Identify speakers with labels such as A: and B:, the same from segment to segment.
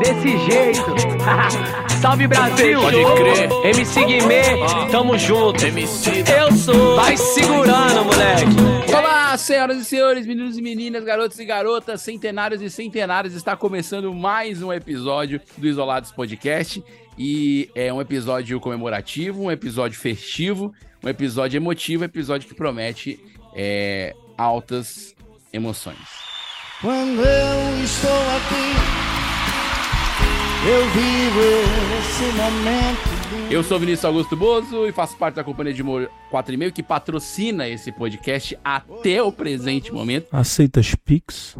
A: desse jeito. Salve Brasil!
B: Pode crer.
A: MC Guimê, tamo junto. Eu sou. Vai segurando, moleque.
B: Olá, senhoras e senhores, meninos e meninas, garotos e garotas, centenários e centenários. Está começando mais um episódio do Isolados Podcast. E é um episódio comemorativo, um episódio festivo, um episódio emotivo, um episódio que promete é, altas emoções.
C: Quando eu estou aqui, eu vivo esse momento.
B: Eu sou Vinícius Augusto Bozo e faço parte da Companhia de Humor 4 e meio que patrocina esse podcast até o presente momento.
D: Aceitas Pix?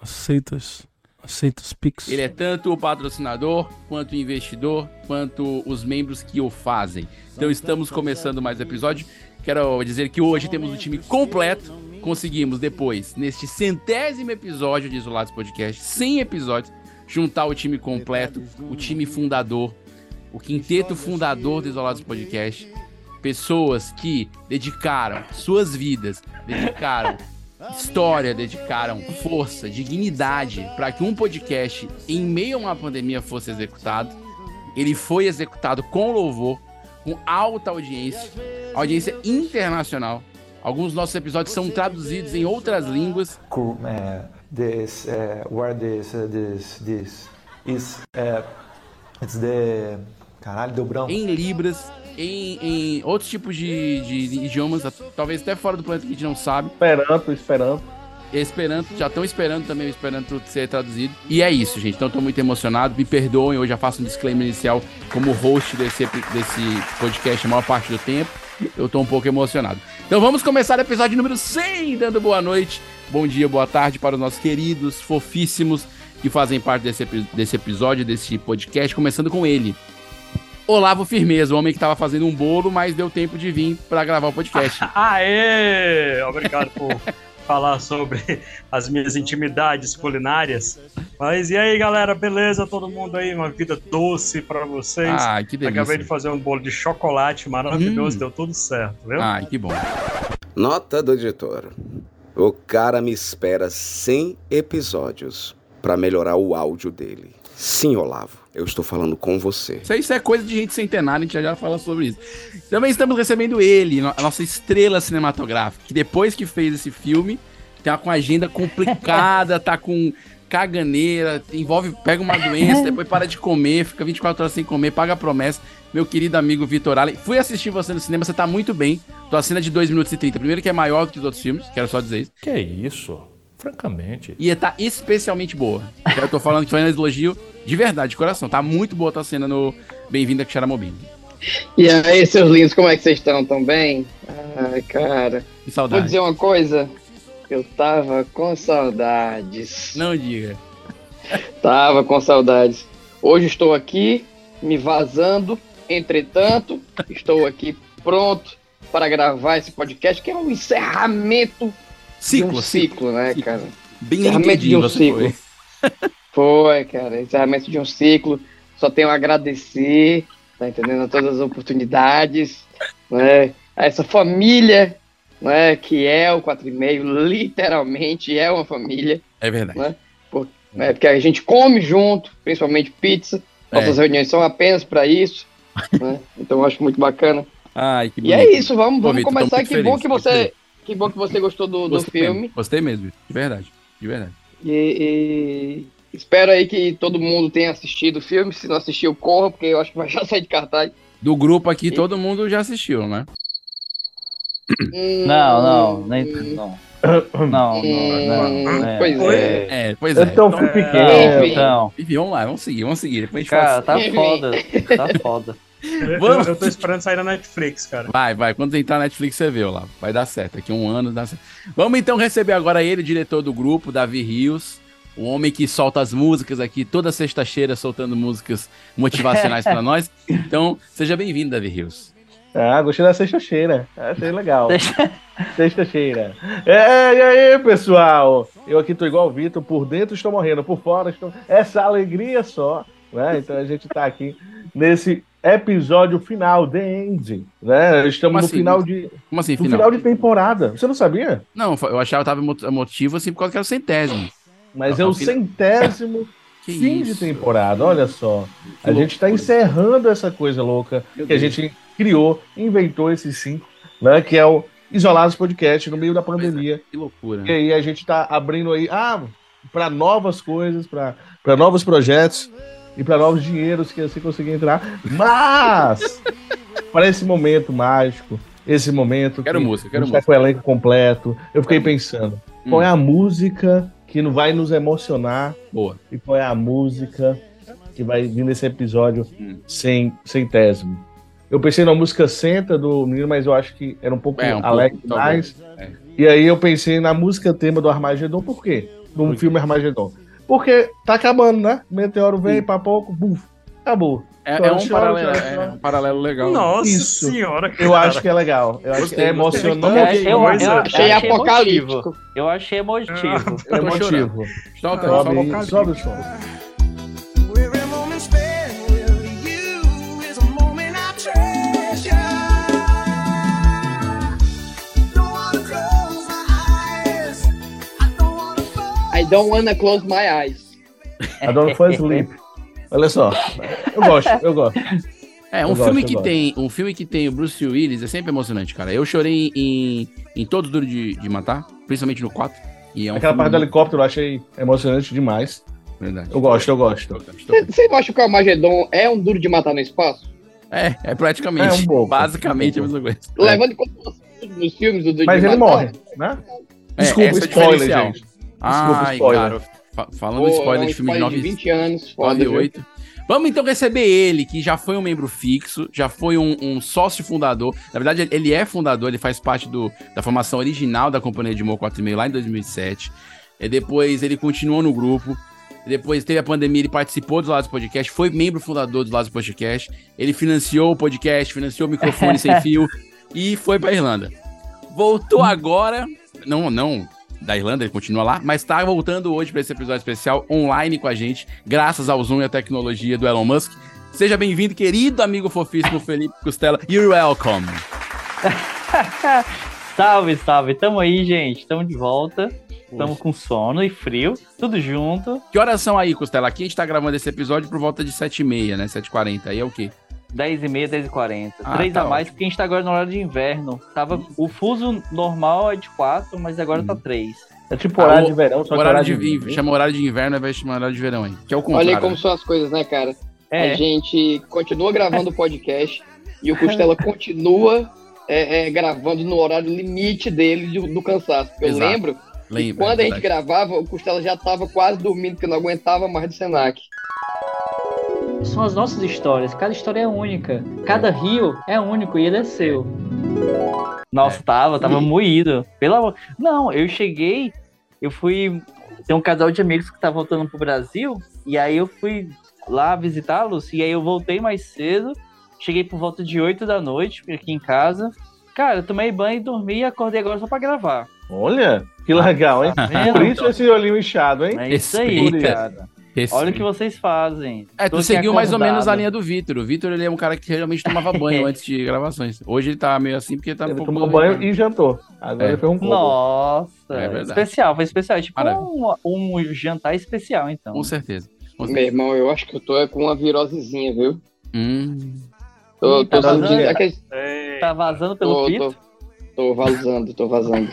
D: Aceitas. Aceitas Pix?
B: Ele é tanto o patrocinador, quanto o investidor, quanto os membros que o fazem. Então estamos começando mais um episódio. Quero dizer que hoje temos o time completo. Conseguimos depois, neste centésimo episódio de Isolados Podcast, 100 episódios, juntar o time completo, o time fundador, o quinteto fundador do Isolados Podcast. Pessoas que dedicaram suas vidas, dedicaram história, dedicaram força, dignidade para que um podcast em meio a uma pandemia fosse executado. Ele foi executado com louvor, com alta audiência, audiência internacional. Alguns dos nossos episódios são traduzidos em outras línguas.
E: cool, uh, this uh, where this uh, this this is uh, it's the caralho deu branco
B: em libras, em, em outros tipos de, de idiomas, talvez até fora do planeta que a gente não sabe.
F: Esperanto, esperanto.
B: Esperanto, já estão esperando também o Esperanto ser traduzido. E é isso, gente. Então estou muito emocionado. Me perdoem, eu já faço um disclaimer inicial como host desse, epi- desse podcast a maior parte do tempo. Eu tô um pouco emocionado. Então vamos começar o episódio número 100, dando boa noite, bom dia, boa tarde para os nossos queridos, fofíssimos, que fazem parte desse, epi- desse episódio, desse podcast, começando com ele. Olavo Firmeza, o homem que estava fazendo um bolo, mas deu tempo de vir para gravar o podcast.
G: Aê! Obrigado por falar sobre as minhas intimidades culinárias. Mas e aí, galera? Beleza? Todo mundo aí? Uma vida doce pra vocês.
B: Ai, Ah, que delícia.
G: Acabei de fazer um bolo de chocolate maravilhoso,
B: Hum. Ah.
G: deu tudo certo, viu?
B: Ai, que bom.
H: Nota do editor. O cara me espera 100 episódios pra melhorar o áudio dele. Sim, Olavo, eu estou falando com você.
B: Isso, aí, isso é coisa de gente centenária, a gente já já fala sobre isso. Também estamos recebendo ele, no- a nossa estrela cinematográfica, que depois que fez esse filme, tá com a agenda complicada, tá com caganeira, envolve, pega uma doença, depois para de comer, fica 24 horas sem comer, paga a promessa. Meu querido amigo Vitor Allen, fui assistir você no cinema, você tá muito bem. Tua cena de 2 minutos e 30. Primeiro que é maior do que os outros filmes, quero só dizer isso.
D: Que é isso? Francamente.
B: E tá especialmente boa. Eu tô falando que foi um elogio de verdade, de coração. Tá muito boa a tua cena no Bem-vindo a Xaramobim.
I: E aí, seus lindos, como é que vocês estão? Tão bem? Ai, cara.
B: Que
I: Vou
B: saudade.
I: dizer uma coisa. Eu tava com saudades.
B: Não diga.
I: Tava com saudades. Hoje estou aqui, me vazando. Entretanto, estou aqui pronto para gravar esse podcast, que é um encerramento de um
B: Ciclo, ciclo.
I: ciclo, né,
B: ciclo.
I: cara?
B: Bem
I: Ferramenta de
B: entendido
I: um
B: você
I: ciclo.
B: foi.
I: Foi, cara. Encerramento de um ciclo. Só tenho a agradecer, tá entendendo? A todas as oportunidades, né? A essa família, né? Que é o 4,5, literalmente é uma família,
B: É verdade. É.
I: né? Porque a gente come junto, principalmente pizza. Nossas
B: É.
I: reuniões são apenas para isso. né? Então eu acho muito bacana.
B: Ai, que
I: E é isso, vamos,
B: Ô,
I: vamos
B: Vitor, tô
I: começar.
B: muito
I: Que bom
B: feliz,
I: que
B: muito feliz.
I: você. Que bom que você gostou do, do
B: Gostei
I: filme.
B: Mesmo. Gostei mesmo, de verdade. De verdade.
I: E, Espero aí que todo mundo tenha assistido o filme. Se não assistiu, corra, porque eu acho que vai já sair de cartaz.
B: Do grupo aqui, todo mundo já assistiu, né?
J: Hum, Não, não, nem.
I: hum.
J: Não. Não, não, não. é.
B: Pois é. É, pois é.
J: Então,
B: Então,
J: fiquei,
B: é,
J: então.
B: Enfim, vamos lá, vamos seguir, vamos seguir. Depois a gente
J: Cara,
B: faz-
J: tá
I: é.
J: foda, tá foda.
G: Eu,
B: Vamos.
G: eu tô esperando sair na Netflix, cara.
B: Vai, vai. Quando entrar na Netflix, você vê lá. Vai dar certo. Daqui a um ano dá certo. Vamos então receber agora ele, o diretor do grupo, Davi Rios. O homem que solta as músicas aqui toda sexta-feira, soltando músicas motivacionais pra nós. Então, seja bem-vindo, Davi Rios.
F: Ah, gostei da sexta-feira. Achei legal. Sexta-feira. É, e aí, pessoal? Eu aqui tô igual o Vitor, por dentro estou morrendo, por fora estou. Essa alegria só, né? Então a gente tá aqui nesse episódio final, The End. Né? Estamos
B: Como
F: no
B: assim?
F: final de.
B: Como assim,
F: no
B: final?
F: Um final? de temporada. Você não sabia?
B: Não, eu achava que tava emo- motivo assim por causa que era o centésimo.
F: Mas é o centésimo
B: Que
F: fim
B: isso?
F: de temporada, olha só. a gente tá está encerrando essa coisa louca
B: Meu
F: que a
B: Deus.
F: gente criou, inventou esses cinco, né? Que é o Isolados Podcast no meio da pandemia.
B: Que loucura.
F: E aí a gente está abrindo aí ah, para novas coisas, para novos projetos e para novos dinheiros que assim conseguir entrar. Mas para esse momento mágico, esse momento
B: Quero
F: que
B: música, Hum.
F: a
B: quero
F: gente tá com o elenco completo, eu fiquei pensando, qual é a música que não vai nos emocionar?
B: Boa.
F: E qual é a música que vai vir nesse episódio sem centésimo? Eu pensei na música Senta do menino, mas eu acho que era um pouco
B: É, um
F: alegre
B: pouco,
F: demais.
B: talvez. É.
F: E aí eu pensei na música tema do Armagedon, por quê? Num filme Armagedon. Porque tá acabando, né? Meteoro vem pra pouco, buf, acabou.
B: É,
F: Chora,
B: é um
F: chora,
B: paralelo,
F: chora,
B: é
F: chora.
B: um paralelo legal.
G: Nossa
F: Isso.
G: senhora,
F: Eu acho que é legal. Eu acho
B: Gostei,
F: que é
B: gostei.
F: emocionante.
B: Eu achei- eu- eu
J: achei
I: apocalíptico.
J: emotivo. Eu achei emotivo.
F: É emotivo.
B: Solta,
F: Sobe
B: solta.
F: aí, sobe o som.
C: Every moment spent with you is a moment I treasure. Don't wanna close my eyes.
I: I don't wanna close my eyes.
F: A Dona Fun Sleep. Olha só. Eu gosto, eu gosto.
B: É, um
F: Eu gosto,
B: filme
F: eu
B: que
F: gosto.
B: tem, um filme que tem o Bruce Willis é sempre emocionante, cara. Eu chorei em, em todo Duro de, de Matar, principalmente no 4. E é um
F: Aquela
B: filme
F: parte do helicóptero eu achei emocionante demais.
B: Verdade.
F: Eu gosto, eu gosto.
I: Você acha que o Armagedon é um duro de matar no espaço?
B: É, é praticamente.
F: É um pouco,
B: basicamente a mesma coisa.
I: Levando em consideração nos filmes do duro
F: Mas
I: de
F: ele
I: matar.
F: morre, né?
B: É,
F: Desculpa,
B: essa é a
F: spoiler,
B: diferencial.
F: gente. Desculpa,
B: Ai,
F: spoiler.
B: cara, fa- falando
I: Pô,
B: de spoiler
I: é um
B: de filme de
I: spoiler
B: 9
I: de 20 anos, foda,
B: 9 e
I: viu?
B: 8. Vamos então receber ele, que já foi um membro fixo, já foi um, um sócio fundador. Na verdade, ele- ele é fundador, ele faz parte do, da formação original da Companhia de Humor 4,5 lá em 2007. E É, depois ele continuou no grupo. Depois teve a pandemia, ele participou dos Lados Podcast, foi membro fundador dos Lados Podcast. Ele financiou o podcast, financiou o microfone sem fio e foi pra Irlanda. Voltou agora, não, não da Irlanda, ele continua lá, mas tá voltando hoje pra esse episódio especial online com a gente, graças ao Zoom e à tecnologia do Elon Musk. Seja bem-vindo, querido amigo fofíssimo Felipe Costela. You're welcome.
J: Salve, salve. Tamo aí, gente. Tamo de volta. Tamo com sono e frio. Tudo junto.
B: Que horas são aí, Costela? Aqui a gente tá gravando esse episódio por volta de 7h30, né? 7h40. Aí é o quê?
J: 10h30, 10h40.
B: Ah,
J: Três
B: tá
J: a mais, porque a gente tá agora no horário de inverno. Tava, o fuso normal é de 4, mas agora tá 3.
F: É tipo horário de verão, só
B: O
F: que
B: Hum. Ah, horário de,
F: inverno.
B: inverno. Chama horário de inverno, ao invés de chamar horário de verão, hein? Que é o contrário.
I: Olha aí como são as coisas, né, cara?
J: É.
I: A gente continua gravando o podcast e o Costela continua é, é, gravando no horário limite dele do, do cansaço. Eu
B: Exato.
I: lembro
B: Lembra, é
I: quando a gente
B: verdade.
I: gravava, o Costela já tava quase dormindo, porque não aguentava mais do Senac.
K: São as nossas histórias. Cada história é única. Cada rio é único e ele é seu.
J: Nossa, tava, tava moído. Pelo amor. Não, eu cheguei, eu fui. Tem um casal de amigos que tá voltando pro Brasil, e aí eu fui lá visitá-los, Ah, e aí eu voltei mais cedo. Cheguei por volta de 8 da noite aqui em casa. Cara, eu tomei banho, dormi e acordei agora só pra gravar.
F: Olha, que legal,
B: Tá
F: hein?
J: vendo?
F: Por isso esse olhinho inchado, hein?
J: É isso aí,
F: Obrigado.
J: cara.
B: Esse-
J: Olha o que vocês fazem.
B: É,
J: Tô
B: tu
J: aqui
B: seguiu mais ou
J: acordado.
B: menos a linha do Vitor. O Vitor, ele é um cara que realmente tomava banho antes de gravações. Hoje ele tá meio assim porque tá um
F: Ele
B: pouco...
F: tomou banho e jantou. Agora
B: É.
F: ele foi um pouco.
J: Nossa,
B: É verdade.
J: especial, foi especial. Tipo
B: Maravilha.
J: um, um jantar especial, então.
B: Com certeza. Com
I: Meu
B: certeza.
I: irmão, eu acho que eu tô é com uma virosezinha, viu?
B: Hum.
I: Tô, tô
J: Tá vazando?
I: sentindo. aquele-
J: Tá vazando pelo
I: É. tô,
J: pito?
I: tô- tô vazando, tô vazando.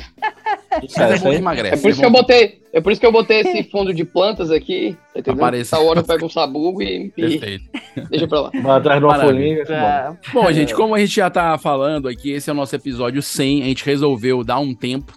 B: Isso é bom que emagrece.
I: É por isso que eu botei, é por isso que eu botei esse fundo de plantas aqui. Tá entendendo?
B: Aparece.
I: Essa hora eu pego um sabugo e, e
B: Perfeito.
I: deixa pra lá.
F: Vai atrás de uma folhinha.
B: Maravilha.
F: tá bom.
B: Bom, gente, como a gente já tá falando aqui, esse é o nosso episódio 100. A gente resolveu dar um tempo,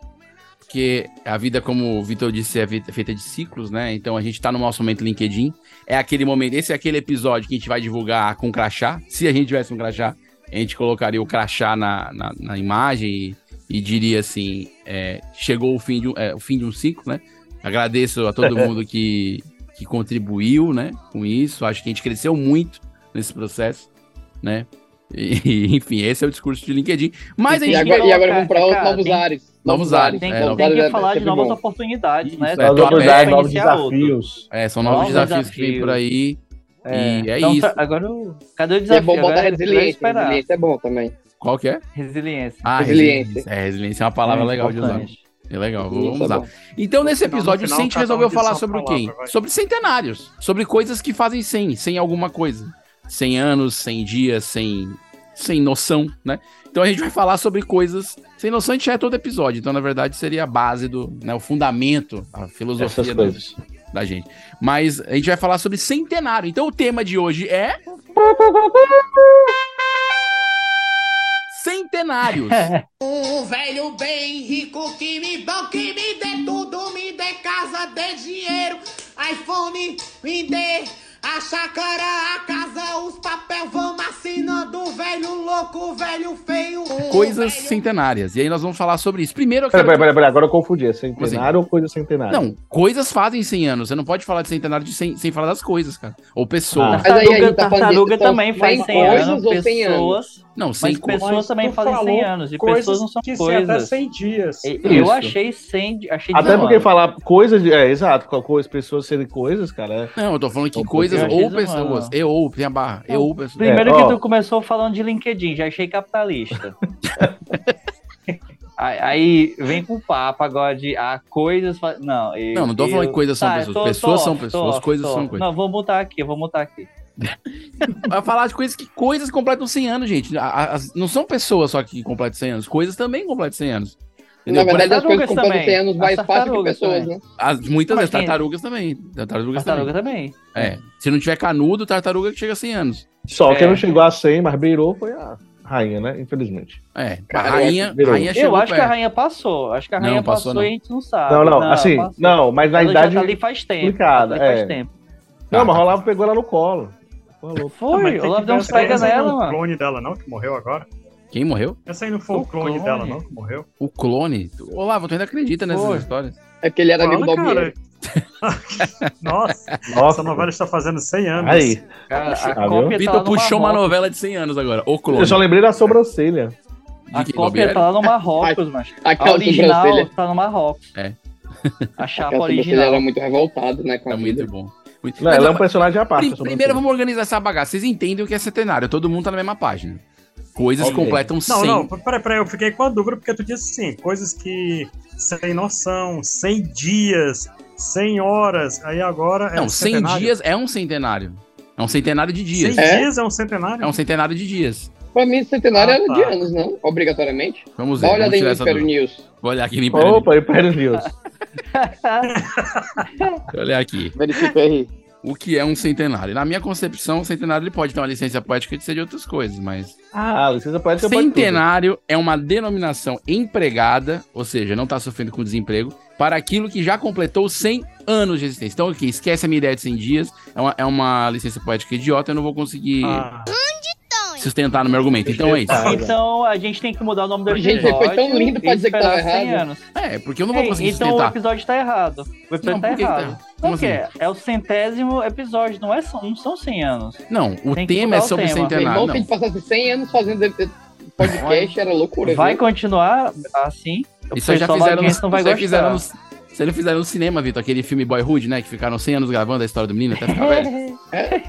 B: porque a vida, como o Vitor disse, é vi- feita de ciclos, né? Então a gente tá no nosso momento LinkedIn. É aquele momento, esse é aquele episódio que a gente vai divulgar com crachá. Se a gente tivesse um crachá, a gente colocaria o crachá na, na, na imagem e, e diria assim: é, chegou o fim, de um, é, o fim de um ciclo, né? Agradeço a todo mundo que, que contribuiu, né, com isso. Acho que a gente cresceu muito nesse processo, né? E, enfim, esse é o discurso de LinkedIn. Mas a
I: e,
B: gente
I: agora, e agora vamos pra outros
J: cara,
I: novos
J: tem-
I: ares.
B: Novos ares.
J: Tem,
B: é,
J: tem
B: novos
J: que
B: ares.
J: falar de
I: sempre
J: novas
I: bom.
J: oportunidades, né?
B: é,
J: Tá
B: novos
J: aberto
B: ares,
J: pra
B: novos
J: iniciar outro.
F: Desafios.
B: É, são novos,
J: Novos
B: desafios, que vem por aí. E é
J: Então,
B: isso.
J: tá- Agora, o- cadê o
I: E é
J: desafio?
I: bom botar
J: Agora é
I: resiliência.
J: esperar.
I: Resiliência é bom também.
B: Qual que é?
J: Resiliência.
B: Ah,
I: Resiliência.
B: resiliência. É, resiliência é uma palavra
J: É
B: legal de usar.
J: importante.
B: É legal,
J: Resiliência
B: vamos
J: é
B: lá.
J: bom.
B: Então, nesse
J: No final, no
B: episódio,
J: final,
B: a gente
J: cada um
B: resolveu
J: diz
B: falar
J: uma
B: sobre o quê?
J: palavra, vai.
B: Sobre centenários. Sobre coisas que fazem 100, 100 alguma coisa. 100 anos, 100 dias, 100, sem noção, né? Então a gente vai falar sobre coisas sem noção, a gente já é todo episódio. Então, na verdade, seria a base do, né, o fundamento, a filosofia
F: Essas
B: do-
F: coisas.
B: da gente. Mas a gente vai falar sobre centenário. Então, o tema de hoje é centenários.
C: Um velho bem rico que me bom, que me dê tudo, me dê casa, dê dinheiro, iPhone, me dê a chácara, a casa, os papel, vamos assinando, velho louco, velho feio.
B: coisas centenárias. E aí nós vamos falar sobre isso. Primeiro, eu
F: Peraí,
B: quero...
F: peraí, peraí, peraí, agora eu confundi. É centenário ou coisa centenária?
B: assim? Não, coisas fazem 100 anos. Você não pode falar de centenário de 100 sem falar das coisas, cara. Ou
F: Ah.
B: pessoas.
I: Mas aí a gente tá falando
J: Tartaruga
I: disso, são
J: também faz né? 100
I: coisas
J: anos,
I: ou cem anos?
J: pessoas.
B: Não,
J: Ah. Mas
B: 100 coisas.
J: pessoas também
G: Tu
J: fazem 100
G: falou
J: anos, e
G: coisas
J: pessoas não são
G: que se
J: coisas.
G: até 100 dias.
J: E-
F: Isso.
J: Eu achei 100, de- achei
F: Até
J: de
F: porque
J: hora.
F: falar coisas. de- É, exato, co- coisas, pessoas serem coisas, cara. é-
B: Não, eu tô falando que
F: Eu
B: coisas
J: achei
B: ou
J: desumano.
B: pessoas. Eu ou, tem a barra. Eu ou pessoas.
J: Primeiro
F: É,
J: que
F: ó.
J: tu começou falando de LinkedIn, já achei capitalista. aí, aí vem com o papo agora de ah, coisas. fa- Não, eu,
B: Não, não tô falando
J: Tá, eu-
B: que coisas são pessoas. Pessoas são pessoas, coisas são coisas.
J: Não, vou botar aqui, eu vou botar aqui.
B: Vai falar de coisas que coisas completam 100 anos, gente. A- a- as- não são pessoas só que completam 100 anos. Coisas também completam 100 anos.
I: Na
B: Entendeu?
I: verdade, as coisas
J: Tartarugas
I: completam
J: também.
I: 100 anos
J: As
I: mais fácil que
J: tartarugas
I: pessoas,
J: também.
I: né?
B: As- muitas
J: Mas
B: vezes,
J: quem-
B: tartarugas também. Tartarugas
J: Tartaruga
B: também.
J: também.
B: É. Se não tiver canudo, tartaruga que chega a 100 anos.
F: Só que
J: É.
F: não chegou a 100, mas beirou foi a rainha, né? Infelizmente.
B: É.
I: Cara,
B: a rainha,
F: virou.
B: rainha chegou
J: Eu acho que a
B: perto.
J: rainha passou. Acho que a
B: Não,
J: rainha
B: passou
J: passou,
B: não.
J: e a gente Ah, não sabe.
F: não, não, assim,
J: passou.
F: não, mas na
J: Ela
F: idade.
J: já tá ali faz tempo.
F: explicada,
J: tá ali faz
F: é.
J: tempo.
F: Não, mas rolava pegou ela no colo. Falou.
G: Ah, mas
J: Foi,
G: tem
J: o Olavo
G: que
J: deu
G: ver
J: uns
G: essa aí,
J: pega
G: essa aí
J: nela,
G: não é o
J: mano.
G: clone dela, não, que morreu agora.
B: Quem morreu?
G: Essa aí não foi o,
J: O
G: clone,
J: clone.
G: dela, não, que morreu.
B: O clone. Olavo, tu ainda acredita nessas
J: Foi.
B: histórias?
I: É porque ele era amigo do
G: Fala, cara.
I: Albieri.
G: Nossa,
F: Nossa.
G: essa novela está fazendo 100 anos.
F: Aí.
J: Cara,
F: Ah, viu?
J: a cópia tá lá
B: Vitor
J: numa
B: puxou uma
J: roda.
B: novela de 100 anos agora. O clone.
F: Eu só lembrei da sobrancelha.
B: De
J: A
B: quem,
J: cópia
B: Barbieri?
J: tá lá no Marrocos, macho. A
I: Aquela
J: original
I: sobrancelha.
J: tá no Marrocos.
B: É.
J: A chapa
F: é
I: Aquela sobrancelha era
J: original.
I: muito revoltada, né? Com
B: É
I: a
B: muito
I: vida.
B: bom. Muito-
F: Não,
B: Mas,
F: ela é
B: ó,
F: um personagem à parte.
B: pri-
F: a sobrancelha.
B: primeiro vamos organizar essa bagaça. Vocês entendem o que é centenário. Todo mundo tá na mesma página. Coisas
F: Ok.
B: completam 100.
G: Não, não, peraí, peraí, eu fiquei com a dúvida porque tu disse assim, coisas que sem noção, 100 dias, 100 horas, aí agora é
B: Não,
G: um
B: 100
G: centenário.
B: dias é um centenário. É um centenário de dias.
G: 100
I: É?
G: dias é um centenário?
B: É um centenário de dias.
I: Pra mim, centenário
G: Ah,
I: era
G: tá.
I: de anos, não? Obrigatoriamente.
B: Vamos ver.
I: Dá uma
B: vamos
I: olhada aí no
B: tirar essa
I: Império
B: dúvida.
I: News.
B: Vou olhar aqui no Império
F: Opa, Império News.
B: News. Vou olhar aqui.
I: Verifica aí.
B: O que é um centenário? Na minha concepção, um centenário ele pode ter uma licença poética de ser de outras coisas, mas.
F: Ah, licença poética
J: Então
F: pode tudo.
B: Centenário é uma denominação empregada, ou seja, não está sofrendo com desemprego, para aquilo que já completou 100 anos de existência. Então, aqui, esquece a minha ideia de 100 dias, é uma, é uma licença poética idiota, eu não vou conseguir
G: Ah,
B: sustentar no meu argumento. Então é isso.
F: Ah,
J: Então a gente tem que mudar o nome do
I: Gente,
J: episódio.
I: foi tão lindo pra
J: e
I: dizer que tava
J: esperar 100
I: errado.
J: anos.
B: É, porque eu não vou
J: Ei,
B: conseguir
J: então o
B: sustentar.
J: episódio tá errado. O episódio
B: Não,
J: tá
B: por que que tá
J: errado.
B: errado? Como
J: Por quê? É o centésimo episódio, não, é, só- não são 100 anos.
B: Não, o
J: Tem que
B: tema
J: mudar
B: é
J: o
B: sobre
J: tema.
I: Meu
B: centenário.
I: irmão, se a
B: Não.
I: gente passasse 100 anos fazendo podcast, era loucura.
J: Vai
I: viu?
J: continuar assim? O
B: Isso aí já
J: pessoal da
B: fizeram, no,
J: audiência não vai
B: isso aí fizeram
J: gostar.
B: no, isso aí fizeram no cinema, Vitor, aquele filme Boyhood, né? Que ficaram 100 anos gravando a história do menino até ficar velho.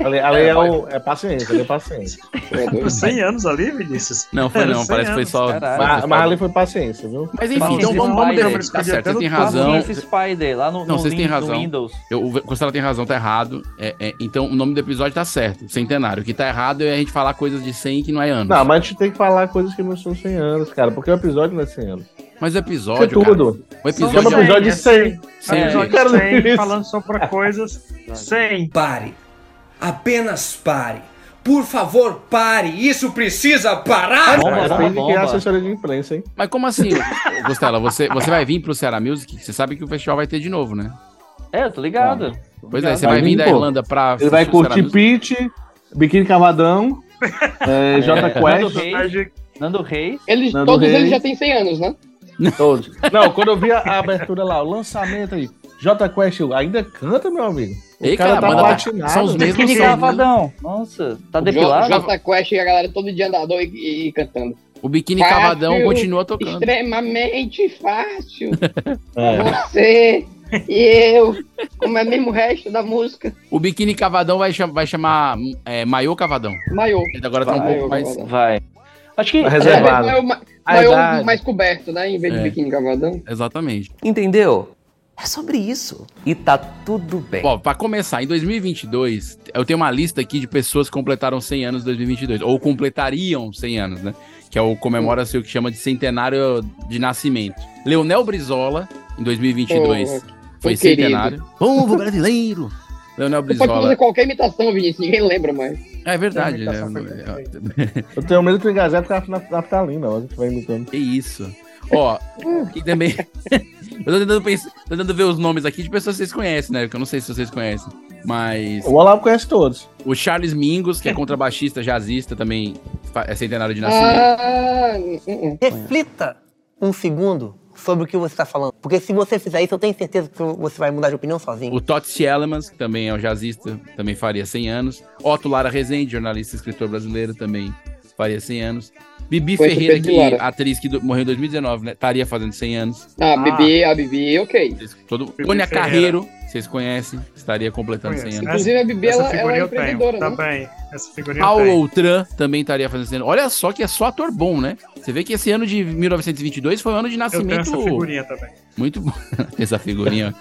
F: A lei, a lei é, o- é paciência, a lei é paciência.
I: É
G: por
I: doido.
G: 100 anos ali, Vinícius?
B: Não, foi
G: Era
B: não,
G: 100
B: parece que foi
G: anos,
B: só.
J: caralho.
B: foi
F: Mas,
B: só-
F: mas a lei foi paciência, viu?
B: Mas enfim,
J: Paciência
B: então vamos, vamos
J: demais,
B: derrubar.
J: velho.
B: Tá certo, você tem
J: Razão.
B: razão.
J: Spider lá no,
B: Não,
J: no
B: vocês têm
J: Win- no
B: razão.
J: Windows.
B: Eu, o Costela tem razão, tá errado. É, é, então o nome do episódio tá certo, centenário. O que tá errado é a gente falar coisas de 100 que não é ano.
F: Não, mas a gente tem que falar coisas que não são 100 anos, cara, porque o episódio não é 100 anos.
B: Mas o episódio.
F: Isso é tudo.
B: cara, o
F: Chama
B: episódio.
F: o episódio 100.
B: Cem.
L: Episódio
B: Quero
L: 100,
B: isso.
L: falando sobre coisas sem.
M: Pare. Apenas pare. Por favor, pare. Isso precisa parar.
F: Depende de quem é a assessoria de imprensa, hein?
B: Mas como assim? Gostela, você, você vai vir pro Ceará Music? Você sabe que o festival vai ter de novo, né?
J: É, eu tô ligado.
B: Pois é, você vai vir da
F: pô.
B: Irlanda pra.
F: Ele vai
B: pro Ceará
F: curtir
B: Music?
F: Pete, Biquíni Cavadão, é, Jota
J: Nando
F: Quest.
J: Reis. Nando Reis.
I: Eles,
F: Nando
I: todos eles
F: Reis.
I: já têm 100 anos, né?
F: Todos. Não, quando eu vi a a abertura lá, o lançamento aí, Jota Quest eu, ainda canta, meu amigo. O
B: Ei,
F: cara,
B: cara,
F: tá
B: manda-
F: platinado.
B: são os mesmos
F: Biquíni
B: sons, né?
J: Nossa, tá
I: O
J: depilado?
I: J- Jota Quest e a galera todo dia andador e, e- e cantando.
B: O Biquíni
I: Fácil,
B: Cavadão continua tocando.
I: Extremamente fácil.
B: É.
I: Você e eu, como é mesmo o resto da música,
B: O Biquíni Cavadão vai, cham- vai chamar é, Maiô Cavadão.
I: maior.
B: Ele agora tá um pouco mais.
J: Vai. Acho que.
I: Reservado. É,
F: Ah,
I: maior, ma-
B: A
I: maior
B: idade.
I: mais coberto, né? Em vez
B: É.
I: de biquíni cavadão.
B: Exatamente.
M: Entendeu? É sobre isso. E tá tudo bem.
B: Bom, pra começar, em 2022, eu tenho uma lista aqui de pessoas que completaram 100 anos em 2022, ou completariam 100 anos, né? Que é o comemora-se o que chama de centenário de nascimento. Leonel Brizola, em 2022,
I: Porra,
B: foi
I: um querido.
B: centenário. Povo brasileiro! Leonel
I: Você pode fazer
B: Brizola.
I: qualquer imitação, Vinícius, ninguém lembra mais.
B: É verdade, né?
F: Eu tenho medo de tu engasgar com a naf- naftalina, ó, que tu vai imitando.
B: Que isso. Ó, e também. eu tô tentando, pensar, tô tentando ver os nomes aqui de pessoas que vocês conhecem, né? Que eu não sei se vocês conhecem. Mas.
F: O Olavo conhece todos.
B: O Charles Mingus, que é contrabaixista, jazzista, também fa- é centenário de nascimento.
I: Ah,
N: Reflita um segundo sobre o que você está falando. Porque se você fizer isso, eu tenho certeza que você vai mudar de opinião sozinho.
B: O Totti Elemans, que também é um jazzista, também faria 100 anos. Otto Lara Rezende, jornalista e escritor brasileiro, também faria 100 anos. Bibi
I: Foi
B: Ferreira,
I: super de
B: que
I: Lara.
B: atriz que do- morreu em 2019, né? Estaria fazendo 100 anos.
I: Ah, Bibi, a Bibi, ok.
B: Todo...
I: Bibi
B: Tônia
I: Ferreira.
B: Carreiro, vocês conhecem, estaria completando 100 anos.
I: Inclusive, a Bibi,
L: essa
I: ela, ela
L: figurinha
I: é
L: eu tenho,
I: empreendedora,
L: tá
I: né?
L: bem. Essa figurinha eu
B: Paulo
L: tenho.
B: Outran também estaria fazendo esse ano. Olha só que é só ator bom, né? Você vê que esse ano de 1922 foi um ano de
L: Eu tenho
B: nascimento.
L: essa figurinha também.
B: Muito bom. essa figurinha.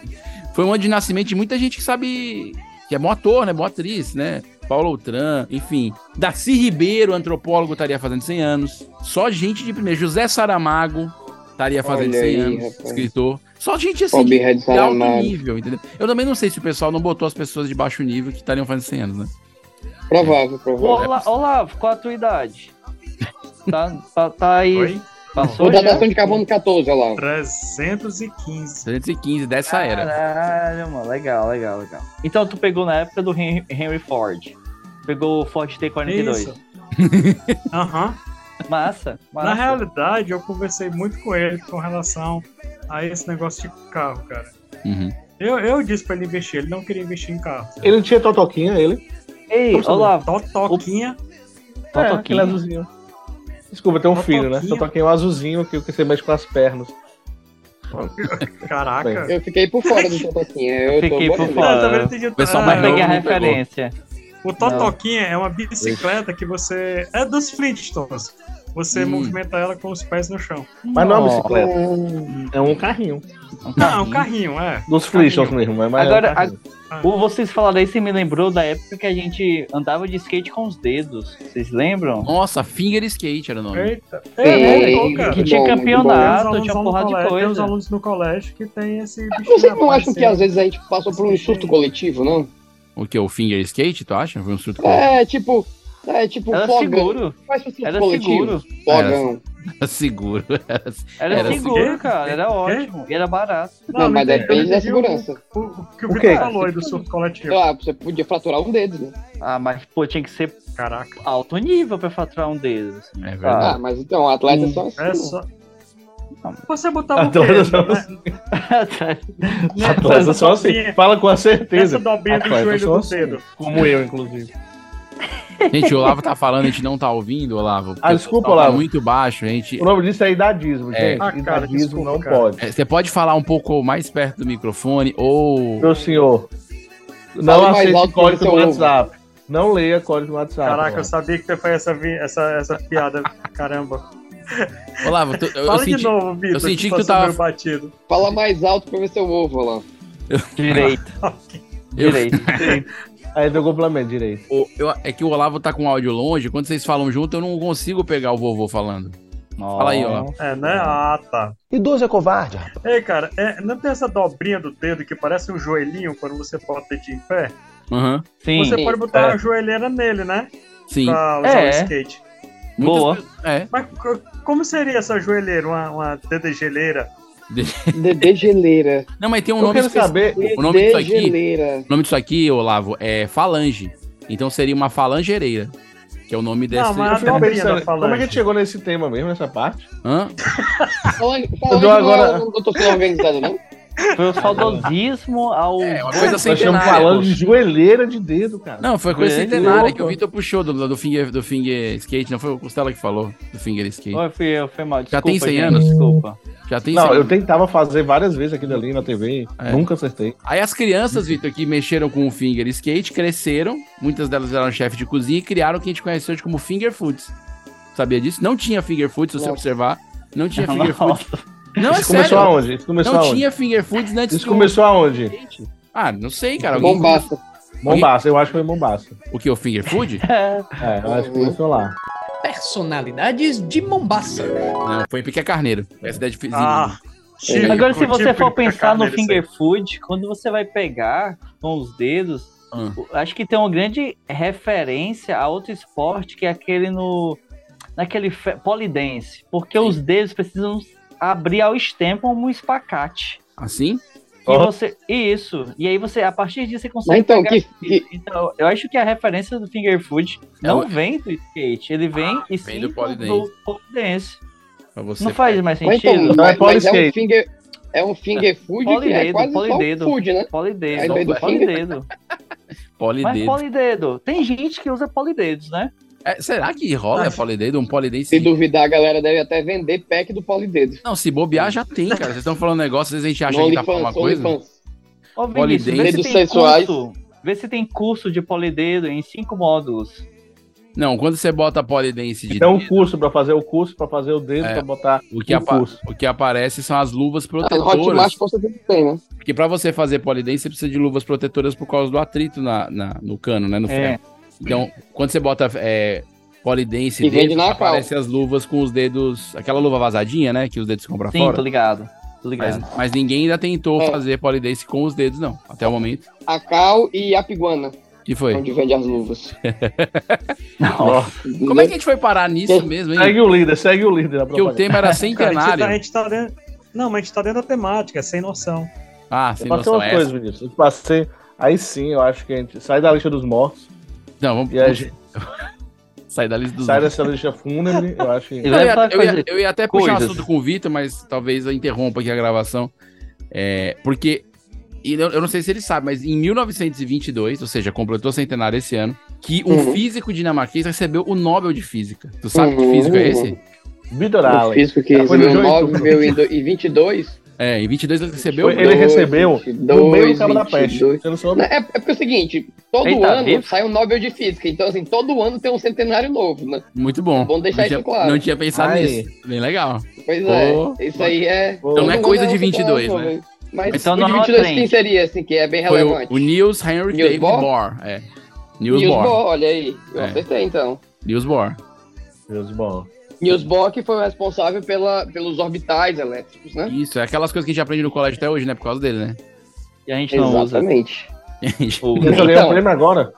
B: Foi um ano de nascimento de muita gente que sabe. que é bom ator, né? Boa atriz, né? Paulo Outran, enfim. Darcy Ribeiro, antropólogo, estaria fazendo 100 anos. Só gente de primeiro. José Saramago estaria fazendo
I: Olha
B: 100
I: aí,
B: anos.
I: rapaz.
B: Escritor. Só gente assim.
I: Bob
B: de-
I: Red
B: de alto
I: Saramago.
B: nível, entendeu? Eu também não sei se o pessoal não botou as pessoas de baixo nível que estariam fazendo 100 anos, né?
I: Provável, provável.
J: Olá, Olavo, qual a tua idade? Tá, tá, tá aí.
I: Ou
J: Passou já?
I: datação de carbono 14, olha lá.
L: 315.
B: 315, dessa era.
J: Caralho, mano, legal, legal, legal. Então tu pegou na época do Hen- Henry Ford. Pegou o Ford T-42.
L: Isso. Aham.
J: Massa,
L: Na realidade, eu conversei muito com ele com relação a esse negócio de carro, cara.
B: Uhum.
L: Eu, eu disse pra ele investir, ele não queria investir em carro.
F: Ele não tinha totoquinha, ele.
J: Ei,
F: Como
J: olá.
L: Totoquinha.
F: É, aquele azulzinho. Desculpa, tem um filho, né?
L: Totoquinho.
F: Totoquinho é um azulzinho que você mexe com as pernas.
L: Caraca.
I: Eu fiquei por fora do Totoquinha. Eu
F: Fiquei
I: tô
F: por
I: bolando.
F: fora.
L: Eu também não entendi o
F: O pessoal mais
L: Ah,
F: novo
L: eu-
F: não pegou. referência.
L: O Totoquinha é uma bicicleta que você. É dos Flintstones. Você
F: Hum.
L: movimenta ela com os pés no chão.
F: Mas não é uma bicicleta. É um carrinho.
L: Não, é um carrinho, é.
F: Dos Flintstones mesmo, é mais
J: Agora,
F: é um carrinho.
J: a- o- vocês falaram aí, você me lembrou da época que a gente andava de skate com os dedos. Vocês lembram?
B: Nossa, Finger Skate era o nome.
L: Eita.
J: É,
L: muito bom, cara.
J: que tinha
L: Muito bom,
J: campeonato,
L: muito bom.
J: tinha
L: Tem uns alunos
J: porrada de
L: no colégio- Tem uns
J: coisa.
L: alunos no colégio que tem esse bicho.
I: Vocês não acham
L: assim.
I: que às vezes a gente passou por um surto coletivo, não?
B: O que? O Finger Skate, tu acha? Foi um surto
I: É, tipo. É tipo
J: Era
I: fogão.
J: seguro.
I: Faz um surto
J: Era
I: coletivo.
J: seguro.
I: Fogão.
B: Era, era seguro. É Era,
J: Era, seguro,
B: seguro.
J: cara,
F: é
J: era ótimo. E era barato.
I: Não, mas depende da segurança.
L: O, que
J: o Vitor falou
L: aí do surto coletivo.
I: Ah, você podia fraturar um dedo, né?
J: Ah, mas pô, tinha que ser
L: Caraca.
J: alto nível pra faturar um deles. assim.
B: É
I: Ah, mas então, atletas
B: Hum,
I: são assim.
L: É só. Você né? botava o quê?
F: Atletas são Atletas
L: Essa
F: são assim.
L: dobrinha-
F: Fala com a certeza.
L: essa dobrinha do
F: Atletas
L: joelho
F: são
L: do
F: assim,
L: dedo.
F: Como eu, inclusive.
B: Gente, o Olavo tá falando, a gente não tá ouvindo, Olavo. porque
F: Ah,
B: o
F: desculpa,
B: pessoal tá
F: Olavo.
B: muito baixo, a gente.
F: O nome disso é idadismo,
B: É.
F: gente.
B: Ah, cara,
F: idadismo
B: desculpa,
F: não
B: cara.
F: pode.
B: É, Você pode falar um pouco mais perto do microfone ou.
F: Meu senhor, Não aceite código no WhatsApp. Não leia código no WhatsApp.
L: Caraca, eu
F: mano.
L: sabia que você foi essa, vi- essa, essa piada. Caramba.
B: Olavo, tu- eu, eu
L: Fala de
B: senti,
L: novo, Vitor,
B: eu senti
L: que
B: que tu
L: passou
B: tava.
L: meu batido.
I: Fala mais alto pra ver seu ovo, lá.
J: Direito.
B: Direito.
F: Aí deu complemento, direito.
B: O- eu- é que o Olavo tá com o áudio longe, quando vocês falam junto, eu não consigo pegar o vovô falando. Fala aí, ó.
G: É, né? Ah, tá.
O: Idoso é covarde, rapaz.
G: Ei, cara, é, não tem essa dobrinha do dedo que parece um joelhinho quando você bota o dedinho em pé?
B: Aham.
G: Você pode botar uma joelheira nele, né?
B: Sim.
L: Ah,
G: Pra usar
L: um
G: o
B: É.
G: skate.
B: Boa. É.
G: Mas co- como seria essa joelheira? Uma, uma dedegeleira?
I: Dedegeleira.
B: Não, mas tem um
I: Eu
B: nome
I: quero
B: especi-
I: saber-
B: O nome disso aqui.
I: Dedegeleira.
B: O nome disso aqui, Olavo, é falange. Então seria uma falangereira. Que é o nome dessa.
F: Não, mas eu fico pensando, como é que a gente chegou nesse tema mesmo, nessa parte?
B: Hã?
I: Falange,
F: Eu
I: falange
F: dou
I: agora...
F: agora-
I: não é um doutor organizado, não?
J: Foi o saudosismo ao. É,
B: uma coisa assim.
F: Nós estamos
B: centenária,
F: falando
B: pô.
F: de joelheira de dedo, cara.
B: Não, foi coisa
F: Joelheira de
B: centenária
F: dedo.
B: que o Vitor puxou do, do, finger, do finger skate. Não foi o Costela que falou do finger skate.
J: Foi, fui eu, foi mal.
B: Já tem
J: desculpa,
B: 100
J: gente,
B: anos?
J: Desculpa.
B: Já tem É.
F: Não,
B: 100
F: eu tentava fazer várias vezes aquilo ali na TV, nunca acertei.
B: Aí as crianças, Vitor, que mexeram com o finger skate, cresceram, muitas delas viraram chefe de cozinha e criaram o que a gente conhece hoje como finger foods. Sabia disso? Não tinha finger foods, se você
F: Nossa.
B: observar. Não tinha
F: Nossa.
B: finger foods. Não,
F: Isso
B: é
F: começou
B: sério.
F: aonde? Isso começou
B: não
F: aonde?
B: tinha finger foods antes
F: Isso começou aonde?
B: Ah, não sei, cara. Alguém
F: Bombaça.
B: come-
F: Bombaça, eu acho que foi Mombaça.
B: O que, o finger food?
F: É, eu acho que começou lá.
P: Personalidades de Mombaça.
B: Não, foi em Pique Carneiro. Essa ideia de fizinho.
P: Ah,
J: Agora, se você for pensar
L: é
J: no finger food, quando você vai pegar com os dedos,
B: Ah.
J: o- acho que tem uma grande referência a outro esporte que é aquele no. naquele fe- polidense. Porque os dedos precisam abrir ao extremo como um espacate.
B: Assim?
J: E você, isso. E aí você, a partir disso, você consegue.
I: então,
J: pegar-
I: que-
J: Então, eu acho que a referência do finger food não
B: o-
J: vem do skate, ele vem e sim
B: do polidense.
J: do polidense.
B: Pra você
J: Não faz mais
I: Mas
J: sentido.
I: então, mas- mas é um finger, é um finger food que é
J: Polidedo,
I: quase
J: polidedo,
I: só um food, né? Aí
J: Polidedo,
I: vem do
J: polidedo. Mas
B: Polidedo.
J: polidedo. Tem gente que usa polidedos, né?
B: É, será que rola
I: Ah.
B: é polidedo? Um polidense?
I: Se duvidar, a galera deve até vender pack do polidedo.
B: Não, se bobear já tem, cara. Vocês estão falando um negócio, às vezes a gente acha
I: No
B: que tá falando uma
I: OnlyFans,
B: coisa.
I: OnlyFans.
J: Ô, Vinícius, vê se
B: Dedos
J: tem
B: sensuais.
J: curso. Vê se tem curso de polidedo em cinco módulos.
B: Não, quando você bota polidense de
F: Então, um curso pra fazer o curso, pra fazer o dedo,
B: É,
F: pra botar
B: O que,
F: um
B: apa-
F: curso.
B: o que aparece são as luvas
I: Hotmart
B: protetoras.
I: com certeza tem, né?
B: Porque pra você fazer polidense, você precisa de luvas protetoras por causa do atrito na, na- no cano, né? No
I: É.
B: ferro. Então, quando você bota é, polidense
I: E vende
B: dedo,
I: na
B: aparece as luvas com os dedos. Aquela luva vazadinha, né? Que os dedos compram
J: Sim,
B: fora.
J: tô ligado. Tô ligado.
B: Mas, mas ninguém ainda tentou
F: É.
B: fazer polidense com os dedos, não. Até o momento.
I: A Cal e a Piguana.
B: Que foi?
I: Onde vende as luvas.
B: Como é que a gente foi parar nisso mesmo, hein?
F: Segue o líder, segue o líder da
B: Porque o tema era centenário.
G: Cara, a gente tá, a gente tá dentro... Não, mas a gente tá dentro da temática, é sem noção.
B: Ah,
F: Eu
B: sem
F: passei
B: noção
F: umas
B: é
F: coisas,
B: essa.
F: Vinícius. Eu passei. Aí sim, eu acho que a gente sai da lista dos mortos.
B: Não, vamos.
F: E a gente
B: Sai da lista dos
F: sai
B: nomes.
F: dessa lista fúnebre, eu acho que.
B: Eu ia, eu ia- eu ia até puxar um assunto com o Vitor, mas talvez eu interrompa aqui a gravação. É, porque, e eu, eu não sei se ele sabe, mas em 1922, ou seja, completou centenário esse ano, que um
I: Uhum.
B: físico dinamarquês recebeu o Nobel de Física. Tu sabe que
I: Uhum.
B: físico é esse?
F: Vitor
I: O
F: Allen.
I: físico que
F: Cara, foi no
I: recebeu
F: jogo.
I: 9 mil e do- e 22.
B: É, em 22 ele recebeu.
F: Foi- Ele recebeu no meio do Cabo da Peste.
I: 22.
F: Você não
I: Não,
F: soube?
I: é, é porque é o seguinte, todo
F: Ele tá
I: ano
F: vivo?
I: sai um Nobel de Física, então assim, todo ano tem um centenário novo, né?
B: Muito bom.
I: Vamos deixar
B: não tinha,
I: isso claro.
B: Não tinha pensado
I: Aí.
B: nisso. Bem legal.
I: Pois é,
B: Pô.
I: isso aí é...
B: Então não é
I: todo
B: coisa
I: ano
B: de
I: um centenário
B: 22,
I: novo,
B: né?
I: hein? Mas
B: Então
I: o
B: não
I: de
B: é uma
I: 22
B: trend.
I: quem seria, assim, que é bem
B: Foi o,
I: relevante?
B: o Niels Heinrich
I: Niels
B: David
I: Bohr?
B: Bohr. É. Niels,
I: Niels
B: Bohr.
I: Bohr, olha aí, eu
B: É.
I: acertei então.
B: Niels Bohr.
F: Deus bom.
I: Niels Bohr que foi o responsável pela, pelos orbitais elétricos, né?
B: Isso, é aquelas coisas que a gente aprende no colégio até hoje, né? Por causa dele, né?
J: E a gente
I: não usa.
F: Eu só
I: Então.
F: lembro lembro agora.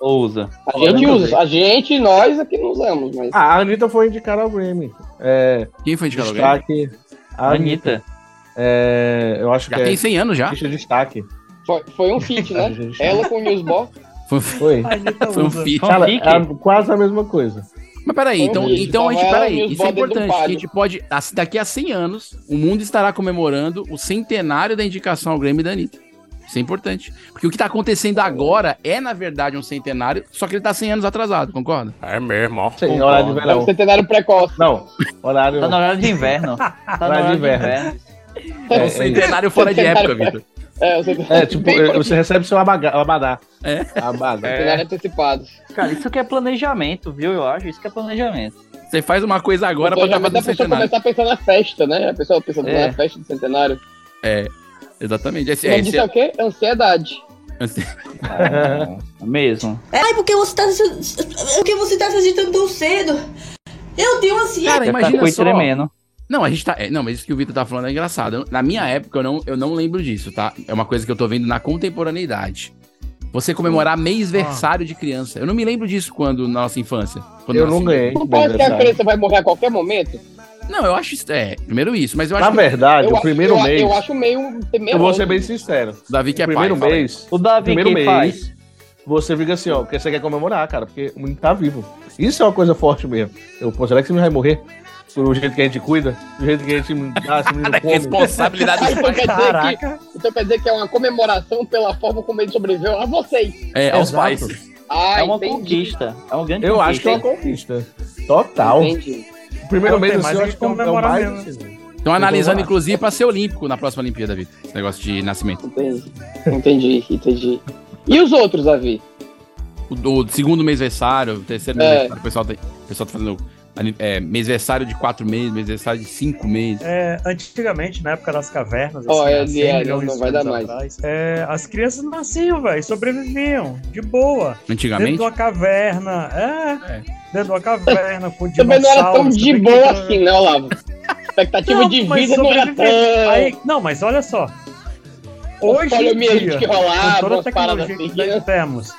J: Ou usa.
I: A gente usa, a gente, nós aqui não usamos, mas...
F: Ah, a Anitta foi indicada ao Grammy. É,
B: Quem foi indicada ao
F: destaque, A
I: Anitta.
F: Anitta. É, eu acho
B: Já
F: que
B: tem
F: é
B: 100 anos já?
F: Ficha de destaque.
I: Foi, foi um feat, né? Ela com o Niels Bohr.
F: Foi.
B: um
G: então,
B: Foi um feat.
F: Cara,
B: Fanfic?
F: é quase a mesma coisa.
B: Mas peraí,
F: Foi
B: então,
F: mesmo.
B: então a gente,
F: Tava ela
B: peraí,
F: e os
B: isso é
F: bodes do
I: um
B: importante, que a
F: padre.
B: gente pode, assim, daqui a 100 anos, o mundo estará comemorando o centenário da indicação ao Grêmio da Anitta. Isso é importante. Porque o que tá acontecendo agora é, na verdade, um centenário, só que ele tá 100 anos atrasado, concorda?
D: É mesmo, ó.
F: Sim, horário de
I: É um
F: verão.
I: centenário precoce.
F: Não, horário. é,
J: Tá na hora de inverno. Tá na
F: Horário
J: hora
F: de
J: de
F: inverno.
J: inverno.
F: É,
B: um
F: é
B: centenário fora de época, Vitor.
I: É, o centenário
F: É, tipo, eh, você recebe seu abaga- abadá.
B: É.
F: Abadá.
I: Cenário antecipado.
J: Cara, isso que é planejamento, viu? Eu acho. Isso que é planejamento.
B: Você faz uma coisa agora
I: Então
B: pra
I: já vai
B: trabalhar
I: dar
B: no
I: a pessoa
B: centenário.
I: começar a pensar na festa, né? A pessoa pensa
B: É.
I: na festa do centenário.
B: É, exatamente. Esse,
I: O
B: é,
I: nome
B: esse
I: disso é o quê? Ansiedade.
J: Mesmo. É
L: Ai, porque você tá se- porque você tá se agitando tão cedo?
O: Eu dei uma ansiedade.
J: tá
B: Cara, imagina só. Não, a gente tá. é, não, mas isso que o Vitor tá falando é engraçado. Na minha época, eu não, eu não lembro disso, tá? É uma coisa que eu tô vendo na contemporaneidade. Você
F: Hum.
B: comemorar
F: Ah.
B: mês-versário de criança. Eu não me lembro disso quando, na nossa infância. Quando
F: Eu
B: eu assim.
F: não
B: nasci.
F: ganhei.
B: Não
F: pode
B: pode
F: ter
B: ter
F: a criança.
I: Você vai morrer a qualquer momento?
B: Não, eu acho isso. É, primeiro isso, mas eu acho.
F: Na verdade, o
I: acho-
F: Ah, primeiro
I: eu,
F: mês.
I: Eu acho meio. meio
F: Eu vou ser bem sincero.
B: Davi que é
F: primeiro
B: pai, fala aí.
F: mês.
B: O Davi
F: primeiro
B: que
F: mês,
B: faz.
F: Você fica assim, ó, porque você quer comemorar, cara, porque o menino tá vivo. Isso é uma coisa forte mesmo. Eu, pô, será que esse menino vai morrer? Do jeito que a gente cuida, do jeito que a gente dá, esse menino come.
I: Ah, então, quer dizer que, então quer dizer que é uma comemoração pela forma como ele sobreviveu a vocês.
B: É, aos pais.
I: Ah,
J: É uma
I: entendi.
J: conquista. É um grande
F: Eu acho que é uma conquista. Total.
I: Entendi.
F: O primeiro
B: Não,
F: mês,
B: tem
F: assim,
B: mais
F: eu
B: é
F: acho que é o- é o
B: comemorar
F: mais...
B: mesmo. Estão analisando, inclusive, pra ser olímpico na próxima Olimpíada, Vitor. Esse negócio de nascimento.
I: Entendi, entendi. entendi. E os outros, Davi?
B: O, do segundo mês-versário, o terceiro
I: É.
B: mês-versário, o pessoal, tá, o pessoal tá fazendo é, mês-versário de quatro meses, mês-versário de cinco meses.
G: É, antigamente, na época das cavernas,
I: Ó,
G: há
I: ele
G: 100
I: é,
L: um
G: milhões
I: não- não
G: de
I: vai dar
G: anos
I: mais.
G: atrás, é, as crianças nasciam, velho, sobreviviam, de boa.
B: Antigamente?
G: Dentro de uma caverna, é, dentro de uma caverna, com
I: Também não era tão
G: dinossauros,
I: de
G: também que-
I: boa assim, não, Lavo. Expectativa
G: Não,
I: Tipo de
G: mas
I: vida não era tão.
G: sobreviver. Aí- não, mas olha só. Hoje em
I: poliomielite
G: dia,
I: que rolava,
G: com toda a
I: umas ah, paradas
G: tecnologia que
I: assim,
G: nós temos,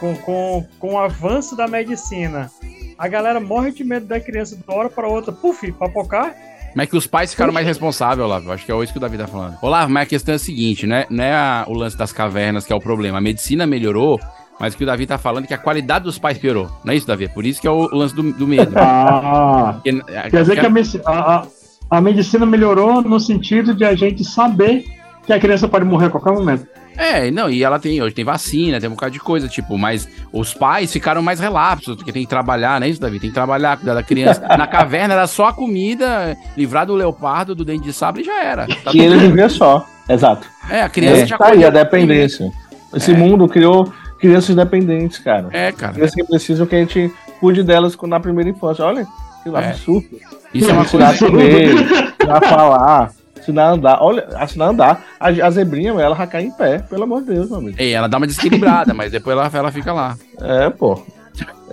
G: com, com, com o avanço da medicina, a galera morre de medo da criança de uma hora para outra, puf, papocar,
B: Mas é que os pais ficaram mais responsáveis, Olavo. Acho que é isso que o Davi tá falando. Olavo, mas a questão é a seguinte, né? Não é a- o lance das cavernas que é o problema. A medicina melhorou, mas o que o Davi tá falando é que a qualidade dos pais piorou. Não é isso, Davi? É Por isso que é o, o lance do, do medo.
L: Ah,
B: Porque-
L: Quer dizer que a, medici- a- a- a medicina melhorou no sentido de a gente saber que a criança pode morrer a qualquer momento.
B: É, não, e ela tem, hoje tem vacina, tem um bocado de coisa, tipo, mas os pais ficaram mais relapsos, porque tem que trabalhar, né, isso, Davi? Tem que trabalhar, cuidar da criança. Na caverna era só a comida, livrar do leopardo, do dente de sabre e já era. Tá
F: Que ele
B: tudo-
F: vivia só. Exato.
B: É, a criança
F: É,
B: já É.
F: tá aí,
B: colheu-
F: a dependência. Esse mundo criou crianças dependentes, cara.
B: É, cara.
F: Crianças que precisam que a gente cuide delas na primeira infância. Olha, que
B: É.
F: absurdo.
B: Isso é uma
F: ensinar
B: coisa-
F: a comer, ensinar a falar, ensinar a andar. Olha, ensinar a andar. A, a zebrinha, ela já cai em pé, pelo amor de Deus, meu amigo.
B: É, ela dá uma desequilibrada, mas depois ela, ela fica lá.
F: É, pô.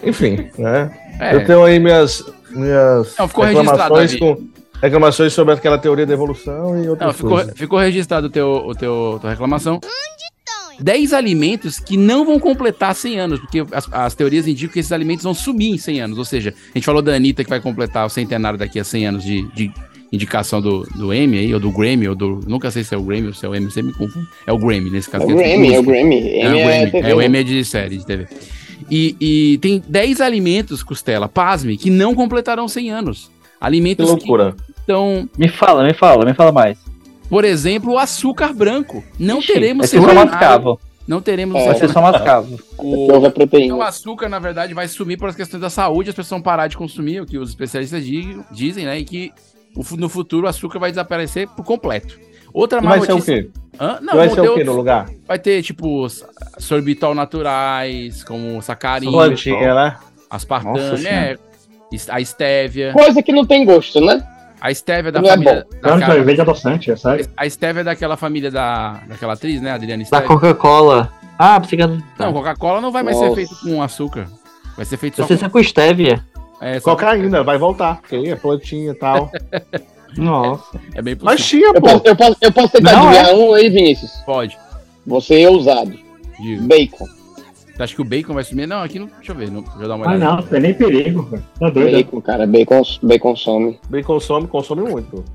F: Enfim, né?
B: É.
F: Eu tenho aí minhas, minhas
B: Não, ficou
F: reclamações,
B: registrado,
F: com, reclamações sobre aquela teoria da evolução e outras
B: Não, ficou,
F: coisas.
B: ficou registrado o teu, o teu, tua reclamação. 10 alimentos que não vão completar 100 anos, porque as, as teorias indicam que esses alimentos vão sumir em 100 anos. Ou seja, a gente falou da Anitta que vai completar o centenário daqui a 100 anos de, de indicação do, do Emmy aí, ou do Grammy, ou do. Nunca sei se é o Grammy ou se é o Emmy, sempre me confundo. É o Grammy nesse caso.
I: É o
B: que de
I: Grammy,
B: música.
I: é o Grammy.
B: É o
I: Emmy é
B: Grammy,
I: TV,
B: é o
I: né?
B: Emmy é de série de TV. E, e tem 10 alimentos, Costela, pasme, que não completaram 100 anos. Alimentos
J: Que loucura.
B: que estão
J: Me fala, me fala, me fala mais.
B: por exemplo, o açúcar branco. Não teremos
J: vai ser só
B: centenário.
J: mascavo.
B: Não
F: É.
B: teremos
J: Vai ser só
B: centenário.
J: mascavo.
B: O-
I: Porque houve a proteína.
B: Então, o açúcar, na verdade, vai sumir pelas questões da saúde, as pessoas vão parar de consumir, o que os especialistas di- dizem, né? E que o fu- no futuro o açúcar vai desaparecer por completo. Outra
F: E
B: má
F: vai ser o
B: notícia-
F: quê?
B: Hã?
F: E vai
B: vão
F: ser
B: ter
F: o quê no
B: outros-
F: lugar?
B: Vai ter, tipo, s- sorbitol naturais, como sacarina.
F: Plantinha, né? Nossa
B: Aspartame,
F: Senhora.
B: é, es- a estévia.
I: Coisa que não tem gosto, né?
B: A estévia da
I: Não é
B: família...
I: bom.
B: da
L: Cara,
B: cara-
L: cara, veja docente, é sério.
B: a estévia é daquela família da, daquela atriz, né? Adriana
J: Da
B: Estévia.
J: Coca-Cola. Ah, pensei que era-
B: Não, Coca-Cola não vai mais
J: Nossa.
B: ser feito com açúcar. Vai ser feito só
J: Você
B: com...
J: só com estévia.
B: É, só-
F: Cocaína, vai voltar. Porque aí é plantinha e tal. Nossa.
B: É bem possível.
F: Mas tinha,
I: Eu
F: pô.
I: posso, eu posso, eu posso tentar
F: Não,
I: adivinhar
F: é.
I: um aí, Vinícius.
B: Pode.
I: Você é ousado.
B: Diga.
I: Bacon.
B: Você acha que o bacon vai sumir? Não, aqui não... Deixa eu ver. Não... Deixa eu dar uma
L: Ah,
B: olhada.
L: não, não tem nem perigo, velho. Tá doido.
I: Bacon, cara. Bacon, bacon some.
F: Bem consome, consome muito.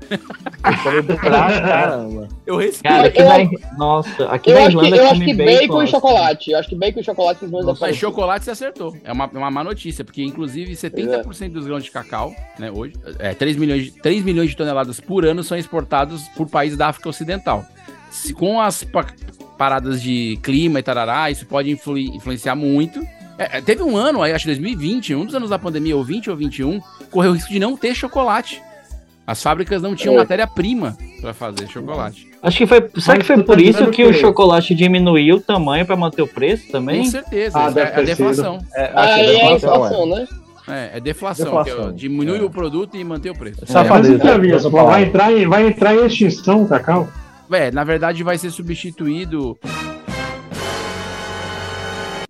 F: consome pra caramba.
B: Eu respeito.
J: Cara, aqui
I: Eu-
J: na... Ir- Nossa, aqui
I: eu
J: na
I: acho que,
J: Irlanda
I: eu acho
J: come
I: que bacon, e
J: assim.
I: chocolate. Eu acho que bacon e chocolate são os dois
B: Mas
I: aparelhos.
B: chocolate você acertou. É uma, é uma má notícia, porque
J: É.
B: inclusive 70% dos grãos de cacau, né, hoje, é, 3, milhões de, 3 milhões de toneladas por ano são exportados por países da África Ocidental. Se, com as pa- paradas de clima e tarará, isso pode influi- influenciar muito. É, é, teve um ano, aí, acho que 2020, um dos anos da pandemia, ou 20 ou 21, correu o risco de não ter chocolate. As fábricas não tinham
J: É.
B: matéria-prima para fazer chocolate.
J: Acho que foi. Será
B: Mas
J: que foi
B: tu tá
J: por isso
B: dizendo
J: que o
B: que-
J: chocolate diminuiu o tamanho pra manter o preço também?
B: Com certeza.
J: Ah,
B: isso
J: deve
B: é,
J: ter
B: é deflação.
J: sido.
F: É,
J: acho que é deflação, é.
I: né?
B: É, é deflação.
F: Deflação.
B: que é, diminui o produto e mantém o
J: É.
B: preço.
L: Mas eu já vi,
F: né?
L: essa porra. vai, entrar em, vai entrar em extinção, Cacau.
B: É, na verdade vai ser substituído.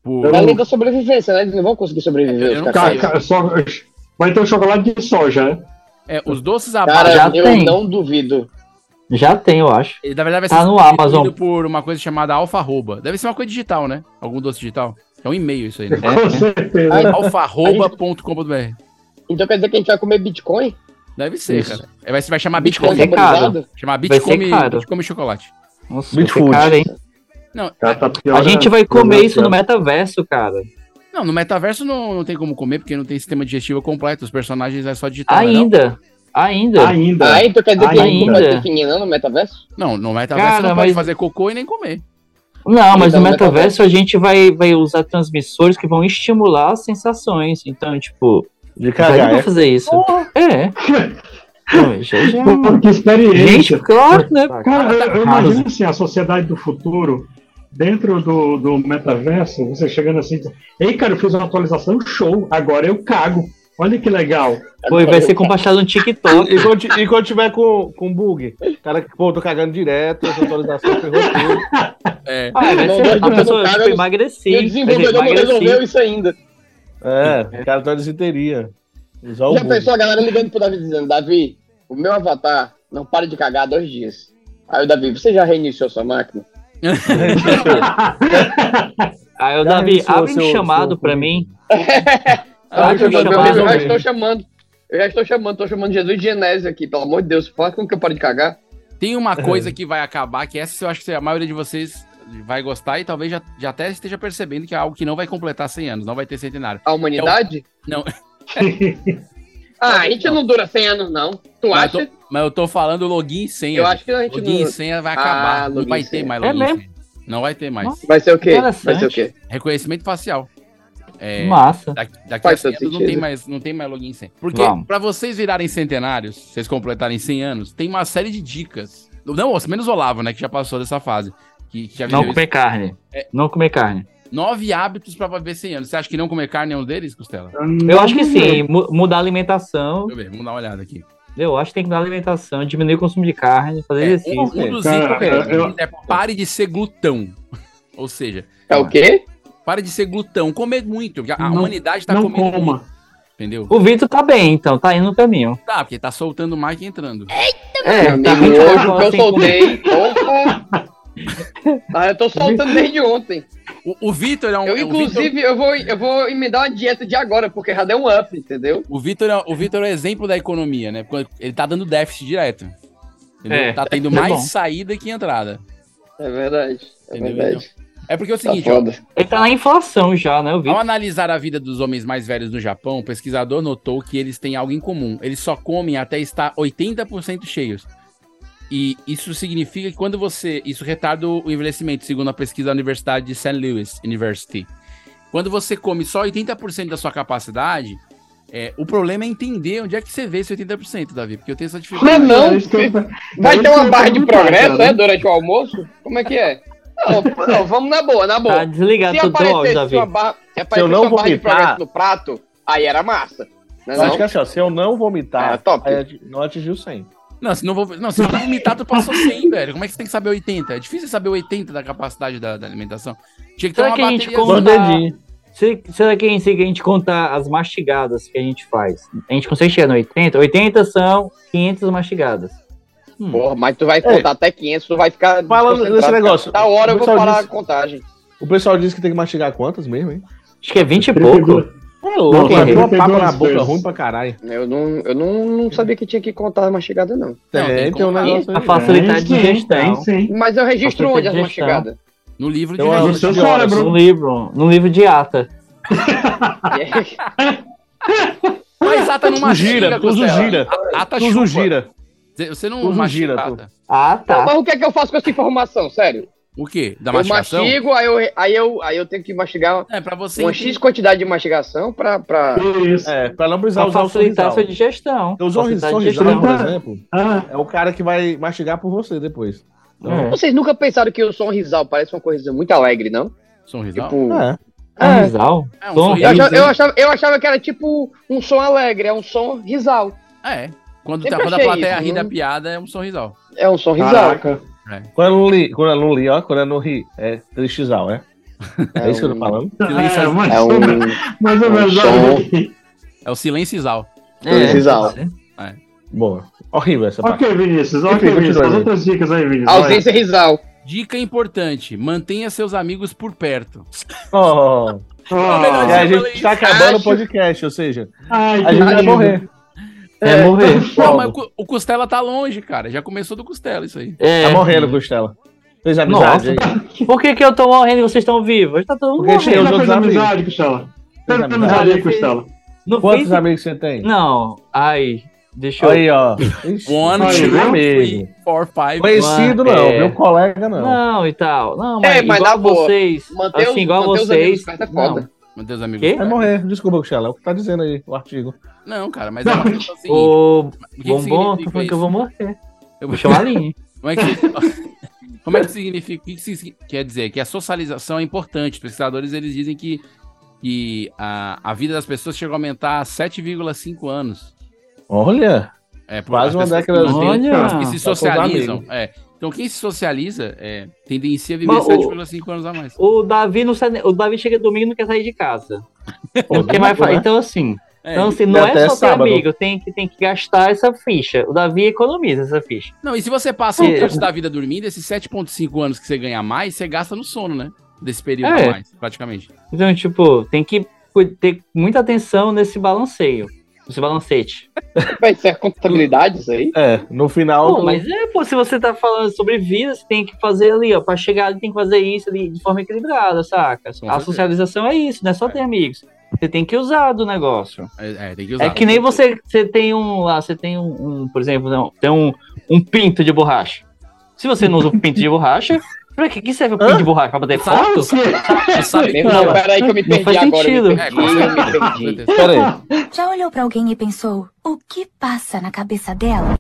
B: Por...
I: É a lei da sobrevivência, né? Eles não vão conseguir sobreviver.
B: Eu
I: os
B: não
I: cacau.
L: Cacau, só, Vai ter o chocolate de soja, né?
B: É, os doces à
I: Cara,
B: base-
I: eu não duvido.
J: Já tem, eu acho.
B: E, Na verdade, vai
J: Tá
B: ser
J: no
B: substituído
J: Amazon.
B: por uma coisa chamada alfarroba. Deve ser uma coisa digital, né? Algum doce digital. É um e-mail isso aí, né?
I: Com
L: assim?
I: certeza.
B: Alfarroba.com.br.
I: Então quer dizer que a gente vai comer Bitcoin?
B: Deve ser,
I: Isso.
B: cara. É, Vai, vai chamar
I: Bitcoin
B: Bitcoin.
I: saborizado?
B: Chamar
J: Vai ser
B: Bitcoin,
J: caro.
B: Bitcoin e chocolate.
J: Nossa,
B: Bitfood.
J: vai ser caro, hein?
B: Não,
L: tá
J: a gente vai comer isso no metaverso, cara.
B: Não, no metaverso não, não tem como comer, porque não tem sistema digestivo completo. Os personagens é só digital.
L: Ah,
J: Ainda. Ainda.
B: Ainda.
I: Ah, então quer dizer que a gente não vai
B: Ainda.
I: definir não no metaverso?
B: Não, no metaverso
J: Cara,
B: não pode
J: mas-
B: fazer cocô e nem comer.
J: Não, mas
B: Então,
J: no
B: o
J: metaverso a gente vai, vai usar transmissores que vão estimular as sensações. Então, tipo,
F: de
J: vai
L: cagar,
J: pra
L: é?
J: fazer isso. É. Não, já, já.
L: Porque experiência.
J: Gente, claro, né?
L: Cara, eu, eu
J: Cara,
L: imagino assim, a sociedade do futuro, dentro do, do metaverso, você chegando assim, ei, cara, eu fiz uma atualização, show, agora eu cago. Olha que legal.
J: Pô, e vai ser compartilhado no TikTok.
F: E quando, ti- e quando tiver com, com bug, cara, pô, tô cagando direto, essa atualização ferrou tudo.
B: É.
J: Ah, vai ser- a pessoa, tipo,
I: E o
J: emagreci.
I: desenvolvedor não
J: emagreci.
I: resolveu isso ainda.
F: É, o cara tá de desinteria. Usar o
I: Já
F: bug.
I: pensou a galera ligando pro Davi dizendo, Davi, o meu avatar não para de cagar há dois dias. Aí o Davi, você já reiniciou sua máquina?
F: É
J: Aí o
I: Já
J: Davi,
I: iniciou
J: abre um
I: seu-
J: chamado
I: seu-
J: pra mim.
I: Ah,
J: abre
I: eu,
J: um
I: já- eu já estou
J: chamado.
I: chamando. Eu já estou chamando, tô chamando Jesus de Genésio aqui, pelo amor de Deus. Fala como que eu paro de cagar.
B: Tem uma coisa que vai acabar, que essa eu acho que a maioria de vocês vai gostar e talvez já, já até esteja percebendo que é algo que não vai completar 100 anos, não vai ter centenário.
I: A humanidade?
B: Não.
I: Ah, a gente não dura 100 anos, não. Tu
B: Mas
I: acha?
B: eu, tô, mas eu tô falando login e senha.
I: Eu
B: gente.
I: acho que a gente
B: login
I: não-
B: e senha vai
I: Ah,
B: acabar. não
I: login
B: vai
I: e
B: ter
I: senha.
B: mais
I: É
B: login e
I: mesmo?
B: senha. Não vai ter mais.
I: Vai ser o quê? Vai ser o quê?
B: Reconhecimento facial. É,
J: Massa.
B: Daqui, daqui a
J: Faz
B: 100
J: todo
B: anos não
J: sentido.
B: tem, mais, não tem mais login e senha. Porque
J: Vamos.
B: pra vocês virarem centenários, vocês completarem 100 anos, tem uma série de dicas. Não, menos o Olavo, né? Que já passou dessa fase. Que, que já
J: Não
B: viveu isso.
J: comer carne. Não comer carne.
B: Nove hábitos pra viver 100 anos. Você acha que não comer carne é um deles, Costela?
J: Eu acho que sim, mu- mudar a alimentação.
B: Deixa eu ver, vamos dar uma olhada aqui.
J: Eu acho que tem que mudar a alimentação, diminuir o consumo de carne, fazer
B: Um,
J: exercício.
B: um dos
J: É, Cara,
B: itens é,
J: eu-
B: é pare de ser glutão. Ou seja...
I: É o quê?
B: Pare de ser glutão. Comer muito. porque A a humanidade tá comendo muito. Entendeu?
J: O Vitor tá bem, então, tá indo no caminho.
B: Tá, porque tá soltando mais que entrando.
J: É,
I: Meu
J: tá
I: amigo,
J: muito
I: hoje
J: bom,
I: que eu
J: assim,
I: soltei. Opa! Ah, eu tô soltando desde ontem.
B: O, o Vitor é um.
I: Eu,
B: é, o
I: inclusive, eu, vou, eu vou emendar uma dieta de agora, porque já deu um up, entendeu?
B: O Vitor é, o Vitor é exemplo da economia, né? Porque ele tá dando déficit direto. Entendeu?
I: É,
B: tá tendo
I: é
B: mais
I: bom.
B: saída que entrada.
I: É verdade. É
B: Entendeu?
I: verdade.
B: É porque é o
I: Tá
B: seguinte, ó,
I: foda.
J: Ele tá na inflação já, né? Eu vi.
B: ao analisar a vida dos homens mais velhos no Japão, o pesquisador notou que eles têm algo em comum. Eles só comem até estar 80% cheios. E isso significa que quando você. Isso retarda o envelhecimento, segundo a pesquisa da Universidade de St. Louis University. Quando você come só 80% da sua capacidade, é, o problema é entender onde é que você vê esse 80%, Davi, porque eu tenho essa
I: Não é
B: dificuldade.
I: não? Vai ter uma barra de progresso, é?
B: né?
I: Durante o almoço? Como é que é? Não, não, vamos na boa, na boa.
J: Tá desligado
I: se
J: tudo, ó,
I: aparecesse
J: Davi.
I: uma barra, se
F: eu
I: aparecesse
F: não
I: uma barra de
F: vomitar-
I: progresso no prato, aí era massa. Não é
F: Eu Tá. acho que
I: não?
F: assim, ó, se eu não vomitar,
I: É, top.
F: aí ati- não atingiu 100.
B: Não, se não, vou, não, se não vomitar, tu passou 100, velho. Como é que você tem que saber 80? É difícil saber 80 da capacidade da, da alimentação. Tinha que ter
J: Será
B: uma
J: que Então, a gente
B: bateria
J: conta... Se- Será que a gente- se a gente contar as mastigadas que a gente faz? A gente consegue chegar no 80? 80 são 500 mastigadas.
I: Porra, mas tu vai contar até 500, tu vai ficar.
F: Falando
I: desconcentrado,
F: nesse
I: cara.
F: negócio,
I: Da hora eu
F: o
I: vou
F: pessoal
I: parar
F: disse-
I: a contagem.
F: O pessoal diz que tem que mastigar quantas mesmo, hein?
J: Acho que é 20 e pouco. Tá
F: É louco,
J: Não,
F: mas tem uma
J: tem
F: papa
J: duas
F: na boca
J: vezes.
F: ruim pra caralho.
I: Eu não, eu não, não sabia que tinha que contar as mastigadas, não.
F: Tem, tem, um negócio aí.
I: Mas eu registro
J: Facilitar
I: onde as
J: a digestão.
I: mastigadas?
B: No livro
J: Então,
B: registro.
J: no seu cérebro. No livro, no livro de ata.
B: Mas ata não
J: Tudo
B: mastiga,
J: gira, tudo
B: Costela.
J: gira.
B: A- Ata
J: Tudo
B: tá chupa.
J: gira.
B: Você- Você não
J: Tudo
B: mastiga
J: gira,
B: ata.
J: Ah, tá.
I: Mas o que é que eu faço com essa informação, sério?
B: O quê? Da
I: eu
B: mastigação?
I: mastigo, aí eu, aí, eu, aí eu tenho que mastigar
B: É, pra
J: um
B: você
I: uma
B: entender.
I: X quantidade de mastigação pra. pra...
F: É, pra não precisar
J: Pra
F: usar o
J: facilitar a
F: sorrisal.
J: sua digestão.
F: Eu uso um o
J: Facilitar a
F: sorrisal, por
J: digestão.
F: exemplo.
L: Ah,
F: É o cara que vai mastigar por você depois. Então,
I: Vocês nunca pensaram que o sonrisal parece uma coisa muito alegre, não?
B: Sonrisal?
I: Tipo...
F: É.
J: Sorrisal?
B: Um É um
J: Som-
I: Eu, achava, eu, achava, eu achava que era tipo um som alegre, é um som risal.
B: É. Quando,
I: Sempre
B: tá- quando a
I: achei
B: plateia
I: isso,
B: ri da
I: não-
B: piada, é um sorrisal.
I: É um som risal.
F: Caraca. Quando eu não li, quando eu não li, ó, quando eu não ri, é tristezal,
I: um
F: é? É, isso que eu tô falando?
L: É, mas, mais ou menos.
F: som-
B: É o silêncio isal.
F: É, Silêncio isal.
B: É.
F: Boa. Horrível essa parte.
L: Ok, é, Vinícius, ok,
F: Enfim,
L: Vinícius.
F: continua
L: As
F: aí.
L: outras dicas aí, Vinícius.
I: Ausência risal.
B: Dica importante: mantenha seus amigos por perto.
F: Oh.
L: Ah.
J: é
B: melhor
F: E a
B: eu
F: gente
B: falei
F: tá
B: isso.
F: acabando o
B: Acho-
F: podcast, ou seja,
L: Ai,
F: a gente vai morrer. É, morrer.
B: Pô, mas o Cu- o Costela tá longe, cara. Já começou do Costela isso
J: É.
B: aí.
F: Tá morrendo, Costela. Fez amizade
B: Nossa.
F: aí.
J: Por que, que eu tô morrendo e vocês estão vivos? Tá todo mundo
L: é
F: Porque tem
J: morrendo.
F: os outros amigos.
L: Fez amizade aí, Costela.
J: No
F: Quantos
J: Facebook-
F: amigos você tem?
J: Não. Ai, deixa eu...
F: Aí, ó.
J: One,
F: Aí,
J: two,
F: amigo.
B: Four, five,
F: Conhecido
J: one.
F: não,
J: É.
F: meu colega não.
J: Não, e tal. Não, mas,
I: É, mas
J: igual
I: na boa,
J: vocês.
I: manter
J: assim,
I: os-
J: igual
I: manter os amigos
J: vocês.
I: perto é
J: não.
I: foda.
B: Manter os amigos.
J: Quê?
F: Vai morrer. Desculpa, Costela, é o que tá dizendo aí, o artigo.
B: Não, cara, mas é uma questão assim.
J: Ô,
B: que que
J: bombom,
B: significa
J: tô falando que eu
B: isso?
J: vou morrer.
B: Eu
J: Vou chamar a linha.
B: Como é que, como é que significa? O que que isso quer dizer? Que a socialização é importante. Os pesquisadores eles dizem que, que a, a vida das pessoas chega a aumentar 7,5 anos.
F: Olha.
B: É, por-
F: Quase
B: as
F: uma
B: pessoas que
F: década.
B: mantêm-
F: Olha.
B: as que se
F: Tá com os
B: socializam.
F: amigos.
B: é. Então quem se socializa é, tendencia a viver
J: Mas o-
B: 7,5 anos a mais.
J: O Davi não sai, nem- o Davi chega domingo e não quer sair de casa. Não quer mais falar. Então, assim.
B: É,
J: então, assim,
B: e
J: não é
B: até
J: só
B: sábado.
J: ter amigo, tem que, tem que gastar essa ficha. O Davi economiza essa ficha.
B: Não, e se você passa
J: É.
B: o resto da vida dormindo, esses 7,5 anos que você ganha a mais, você gasta no sono, né? Desse período
J: É.
B: a mais, praticamente.
J: Então, tipo, tem que cu- ter muita atenção nesse balanceio. Nesse balancete.
I: Vai ser contabilidade isso aí?
F: É, no final.
J: Pô, mas é, pô, se você tá falando sobre vida, você tem que fazer ali, ó, pra chegar ali, tem que fazer isso ali de forma equilibrada, saca? A
B: certeza.
J: socialização é isso, não é só ter amigos. Você tem que usar do negócio.
B: É, é, tem que usar.
J: É que nem você, você tem um lá, você tem um, um, por exemplo, não, tem um, um pinto de borracha. Se você não usa o pinto de borracha, pra que, que serve o pinto de borracha? Pra bater
B: Sabe
J: foto?
B: o quê? Você sabe que-
J: Não,
B: Não, peraí que eu me
J: não
B: perdi
J: faz
B: agora, eu me
J: sentido.
B: perdi, eu me perdi. Peraí.
O: Já olhou pra alguém e pensou o que passa na cabeça dela?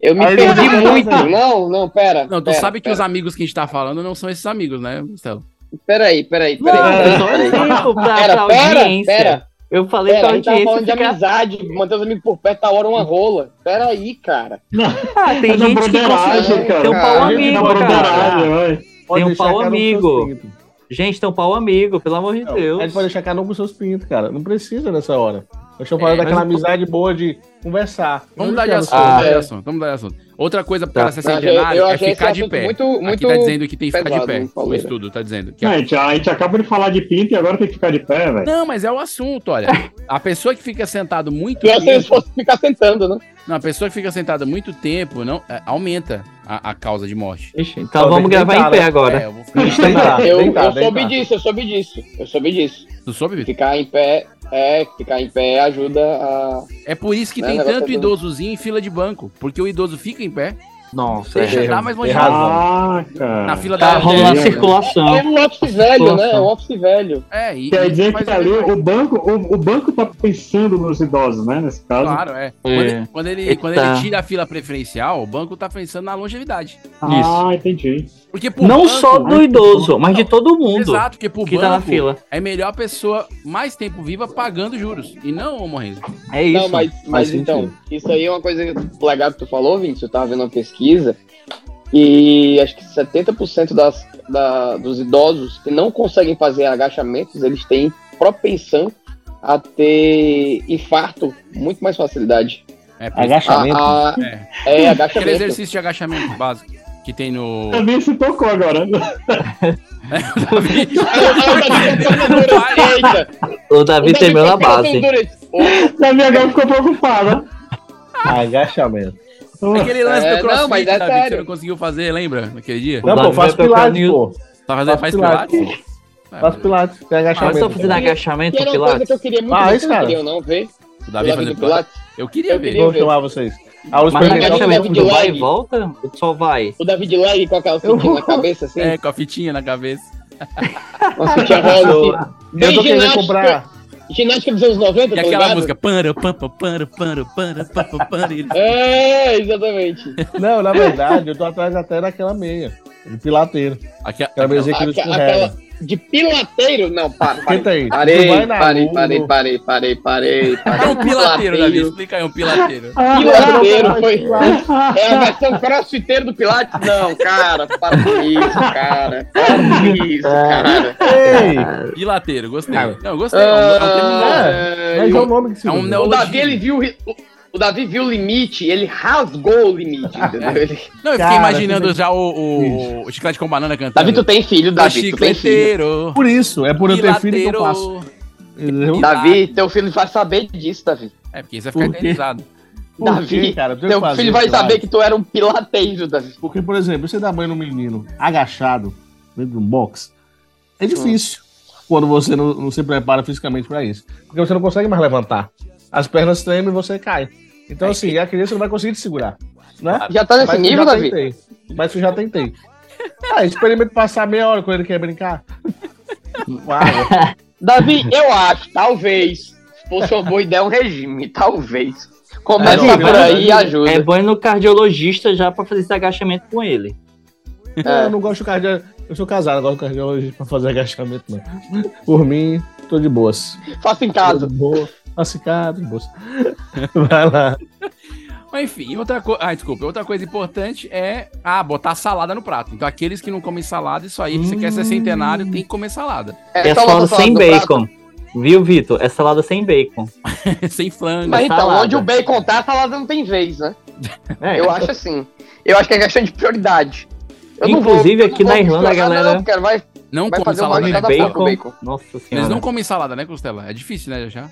I: Eu me perdi muito.
B: Não,
I: não, pera.
B: Não, tu
J: É,
I: pera,
B: sabe que
I: pera.
B: os amigos que a gente tá falando não são esses amigos, né, Marcelo?
I: Peraí, peraí,
B: Não,
I: peraí.
B: eu tô olhando pra- pra audiência.
J: Eu falei
I: pera,
J: pra
I: a gente tava
J: audiência
I: falando de
J: ficar-
I: amizade, manter os amigos por perto, tá hora uma rola. Peraí, cara.
J: Ah, tem
I: É da
J: gente que
I: broderagem,
J: consegue.
I: cara.
J: Tem um pau
I: Cara, gente da
J: amigo,
I: broderagem,
J: cara.
I: vai.
J: Tem
F: Pode
J: um
F: deixar
J: pau
F: cada um com seus
J: amigo.
F: pintos.
J: Gente, tem um pau amigo, pelo amor de
F: Não,
J: Deus.
F: A gente pode deixar cada um com seus pintos, cara. Não precisa nessa hora. Deixa eu falar
B: É,
F: daquela
B: mas-
F: amizade boa de conversar.
B: Vamos
F: dar
B: mudar de assunto, vamos mudar de assunto, vamos mudar de assunto. Outra coisa
F: Tá.
B: para ser
F: Mas eu-
B: centenário
F: eu
B: é
F: achei esse
B: ficar de
F: assunto
B: pé.
F: muito-
B: Aqui
F: muito
B: tá dizendo que tem que ficar de
F: pesado,
B: pé.
F: hein,
B: O
F: Palmeira?
B: estudo tá dizendo. Que
L: Não, a, gente, a gente acaba de falar de pinto e agora tem que ficar de pé, velho.
B: Não, mas é o assunto, olha. A pessoa que fica sentado muito
I: Pior se eles
B: tempo.
I: fossem ficar sentando, né?
B: Não, a pessoa que fica sentada muito tempo não, é, aumenta a, a causa de morte.
J: então Só vamos tem que gravar deitar, em pé né? agora.
B: É, eu vou ficar
F: Tá,
I: Eu, eu soube disso, eu soube disso. Eu soube disso.
B: Tu soube?
I: Ficar em pé, é, ficar em pé ajuda a.
B: É por isso que
I: Né,
B: tem
I: negócio
B: tanto
I: é doido.
B: idosozinho em fila de banco. Porque o idoso fica em pé.
J: Nossa,
B: deixa
J: é,
B: andar mais longe.
J: tem razão.
L: Ah,
B: Na fila
J: Tá
B: da
J: rolando a
B: É,
J: circulação.
I: É um office velho, né? É um office velho.
B: É, e,
L: Quer dizer
B: mas
L: que
B: é
L: ali né?
B: verdade.
L: o banco, o, o banco tá pensando nos idosos, né? Nesse caso.
B: Claro, é. Quando, ele- quando ele, quando ele tira a fila preferencial, o banco tá pensando na longevidade.
L: Ah, entendi.
B: Porque por
J: Não
I: um
B: banco-
J: só do idoso, mas de todo mundo.
B: Exato, porque por
J: que
B: banco
J: tá na fila.
B: é melhor a pessoa mais tempo viva pagando juros e não morrendo.
J: É
I: Não, mas, mas então, isso aí é uma coisa legal que tu falou, Vinícius. Eu tava vendo uma pesquisa e acho que 70% das, da- dos idosos que não conseguem fazer agachamentos, eles têm propensão a ter infarto muito mais facilidade.
B: É,
I: por isso- Agachamento? A- a- é, agachamento.
B: Aquele exercício de agachamento básico que tem no.
L: Também se tocou agora.
J: O
F: Tá
L: Davi
J: Davi terminou na
L: foi pra
J: base.
L: Honduras. Davi agora ficou preocupado.
F: Agachamento.
B: Aquele lance
I: É,
B: do
I: não,
B: crossfit,
I: mas é
B: sabe, que você
I: sério.
B: não conseguiu fazer, lembra? Naquele dia?
F: Não, pô, faz pilates, pô.
B: Tá fazendo faz
F: Faz
B: pilates?
F: pilates. Faz pilates, tem agachamento.
J: eu tô fazendo agachamento,
I: Que era uma coisa
J: Pilates.
I: que eu queria muito
F: Ah,
I: ver, que
F: isso,
I: eu não
F: cara.
I: queria não ver.
B: O
I: Pilates
B: Davi Tá fazendo
I: do
B: pilates? Eu queria
I: Eu
B: ver.
I: queria
F: Vou
I: ver.
F: chamar vocês. A Luz
J: Mas
F: perguntou-
J: agachamento
I: David
J: do vai
I: Lang.
J: e volta? Só vai.
I: O David Lang com aquela fitinha na cabeça, assim.
B: É, com a fitinha na cabeça.
I: Tá Uma fitinha rosa, assim. Bem
B: Eu tô querendo
I: ginástica-
B: comprar.
I: Ginástica dos anos 90,
B: E
I: tá
B: aquela
I: ligado?
B: música. Para, pampa, para, para, para, pampa, para. e-
I: É, exatamente.
F: Não, na verdade, eu tô atrás até daquela meia. De pilateiro.
B: Aqui,
J: Tá
B: é um
F: aquela meia que não
I: Aque-
F: escorrega.
I: aquela- De pilateiro? Não, para, para.
F: Esquenta aí.
I: Parei,
F: Tu vai na
I: parei,
F: rua.
I: parei, parei, parei, parei, parei.
B: É um pilateiro, Davi.
I: Pilateiro.
B: Explica aí um pilateiro.
I: Pilateiro foi. É a versão crossfiteiro
F: É.
I: do Pilates? Não, cara, para com isso, cara. Para com isso, cara.
F: Ei,
B: Pilateiro, Pilateiro, gostei.
F: Ah.
B: Não, gostei.
I: Ah,
F: Mas é o nome que se
B: É um
F: usa.
I: O
B: neologismo.
I: Davi, ele viu. o- O Davi viu o limite, ele rasgou o limite, entendeu? Ele...
B: Não, eu fiquei imaginando já o, o, o chiclete com banana cantando.
I: Davi, tu tem filho, Davi, tu
B: O
I: tá tem
B: chicleteiro.
F: Por isso, é por eu ter filho que eu
B: Pilateiro.
F: faço. Entendeu?
I: Davi, teu filho vai saber disso, Davi.
B: É, porque isso vai
F: ficar
B: eternizado.
F: Por
I: Davi,
F: quê, cara? Eu tenho
I: teu
F: que fazer
I: filho vai
F: isso, vai.
I: saber que tu era um pilateiro, Davi.
F: Porque, por exemplo, você dá banho num menino agachado dentro de um box, é difícil quando você não, não se prepara fisicamente pra isso. Porque você não consegue mais levantar. As pernas tremem e você cai.
I: É
F: Então, assim, a criança não vai conseguir te segurar. Né?
I: Já tá nesse
F: Mas eu
I: nível,
F: já
I: Davi?
F: Tentei. Mas eu já tentei. Ah, experimento passar meia hora quando ele quer brincar.
I: Davi, eu acho, talvez, se fosse uma boa ideia, um regime, talvez. Começa
J: Davi,
I: por
J: vai-
I: aí e ajuda.
J: É bom ir no cardiologista já pra fazer esse agachamento com ele.
F: Não, É, Eu não gosto de cardio... Eu sou casado, eu gosto de cardiologista pra fazer agachamento, não. Por mim, tô de boas.
I: Faça em casa.
F: Boa. Faço em casa, de boas. Vai lá.
B: Mas enfim, outra coisa. Ah, desculpa. Outra coisa importante é. Ah, botar salada no prato. Então aqueles que não comem salada, isso aí, se você quer ser centenário, tem que comer salada.
J: É,
I: tá
J: salada sem bacon. Viu, Vitor? É salada sem bacon.
B: sem frango.
I: Mas então,
J: salada.
I: onde o bacon tá, a salada não tem vez, né?
J: É.
I: Eu acho assim. Eu acho que é questão de prioridade. Eu não
J: Inclusive,
I: eu
J: aqui na Irlanda, a
I: misturar nada,
J: galera
I: não, cara, vai,
B: Não
I: vai
B: come
I: fazer uma
B: salada,
I: cada
B: né?
I: pouco com bacon.
J: Nossa
B: Eles
J: senhora.
B: não comem salada, né, Costela? É difícil, né, já?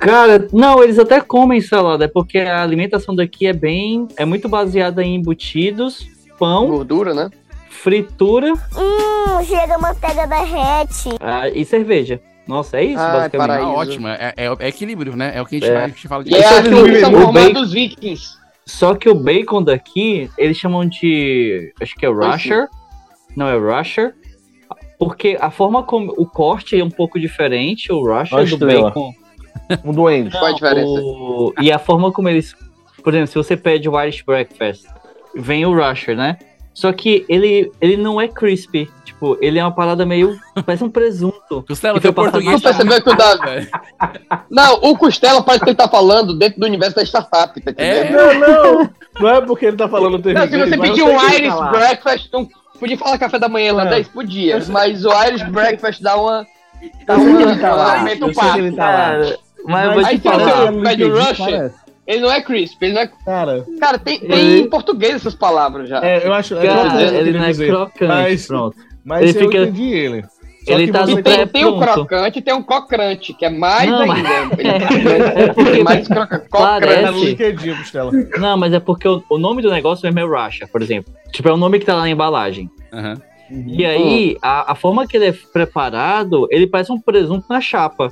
J: Cara, não, eles até comem salada, é porque a alimentação daqui é bem. é muito baseada em embutidos, pão.
I: Gordura, né?
J: Fritura
Q: Hum,
N: é
Q: chega manteiga derrete.
J: ah, e cerveja. Nossa, é isso,
I: Ah,
J: basicamente.
I: paraíso.
B: Ah, ótimo. É, é- é equilíbrio, né? É o que a gente,
J: É.
B: vai- a gente fala de.
J: E é
I: assim,
J: a solução
B: O
J: formal
B: bacon-
I: Dos vikings.
J: Só que o bacon daqui, eles chamam de. Acho que é rusher. Não é rusher. Porque a forma como. O corte é um pouco diferente, o rusher
F: Olha a
J: do
F: estrela.
J: bacon.
F: Um doente.
J: Não, o- e a forma como eles. Por exemplo, se você pede o Irish Breakfast, vem o rusher, né? Só que ele, ele não é crispy. Tipo, ele é uma parada meio. Parece um presunto.
B: Costela,
J: que foi passado-
I: Tu percebeu que é o Davi. Não, o Costela parece que ele tá falando dentro do universo da startup, tá entendendo?
F: Não, não. Não é porque ele tá falando
I: Não, se você pedir um Irish Breakfast, não podia falar café da manhã irlandês? Podia, mas o Irish Breakfast dá uma. Dá
F: Eu sei que
I: uma.
F: ele tá lá,
I: um aumento
F: eu sei que ele tá lá.
I: papo.
F: Mas eu vou
I: Aí
F: te
I: tem
J: tipo,
I: o
F: falar,
I: cara que
F: no
I: pede o
F: LinkedIn
I: Rusher.
F: é um parece.
I: Ele não é crisp, ele não é.
F: Cara,
I: cara tem, tem
F: ele-
I: em português essas palavras já.
F: É, eu acho. é
I: Cara,
F: exatamente o
I: ele
F: que eu
I: não
F: queria
I: é
F: dizer.
I: crocante,
F: Mas,
J: pronto.
F: Mas
J: Ele
F: eu
J: fica-
F: entendi ele. Só
J: Ele
F: que
J: tá
F: você-
J: no
I: E tem, tem o
J: Pronto.
I: crocante e tem o cocrante, que é mais
J: Não, mas-
I: ainda. Ele
J: É porque
I: mais croca-
F: Tá no
J: parece.
F: LinkedIn, Costela.
J: Não, mas é porque o, o nome do negócio mesmo é Russia, por exemplo. Tipo, é o nome que tá lá na embalagem.
I: Uhum.
J: E aí, a, a forma que ele é preparado, ele parece um presunto na chapa.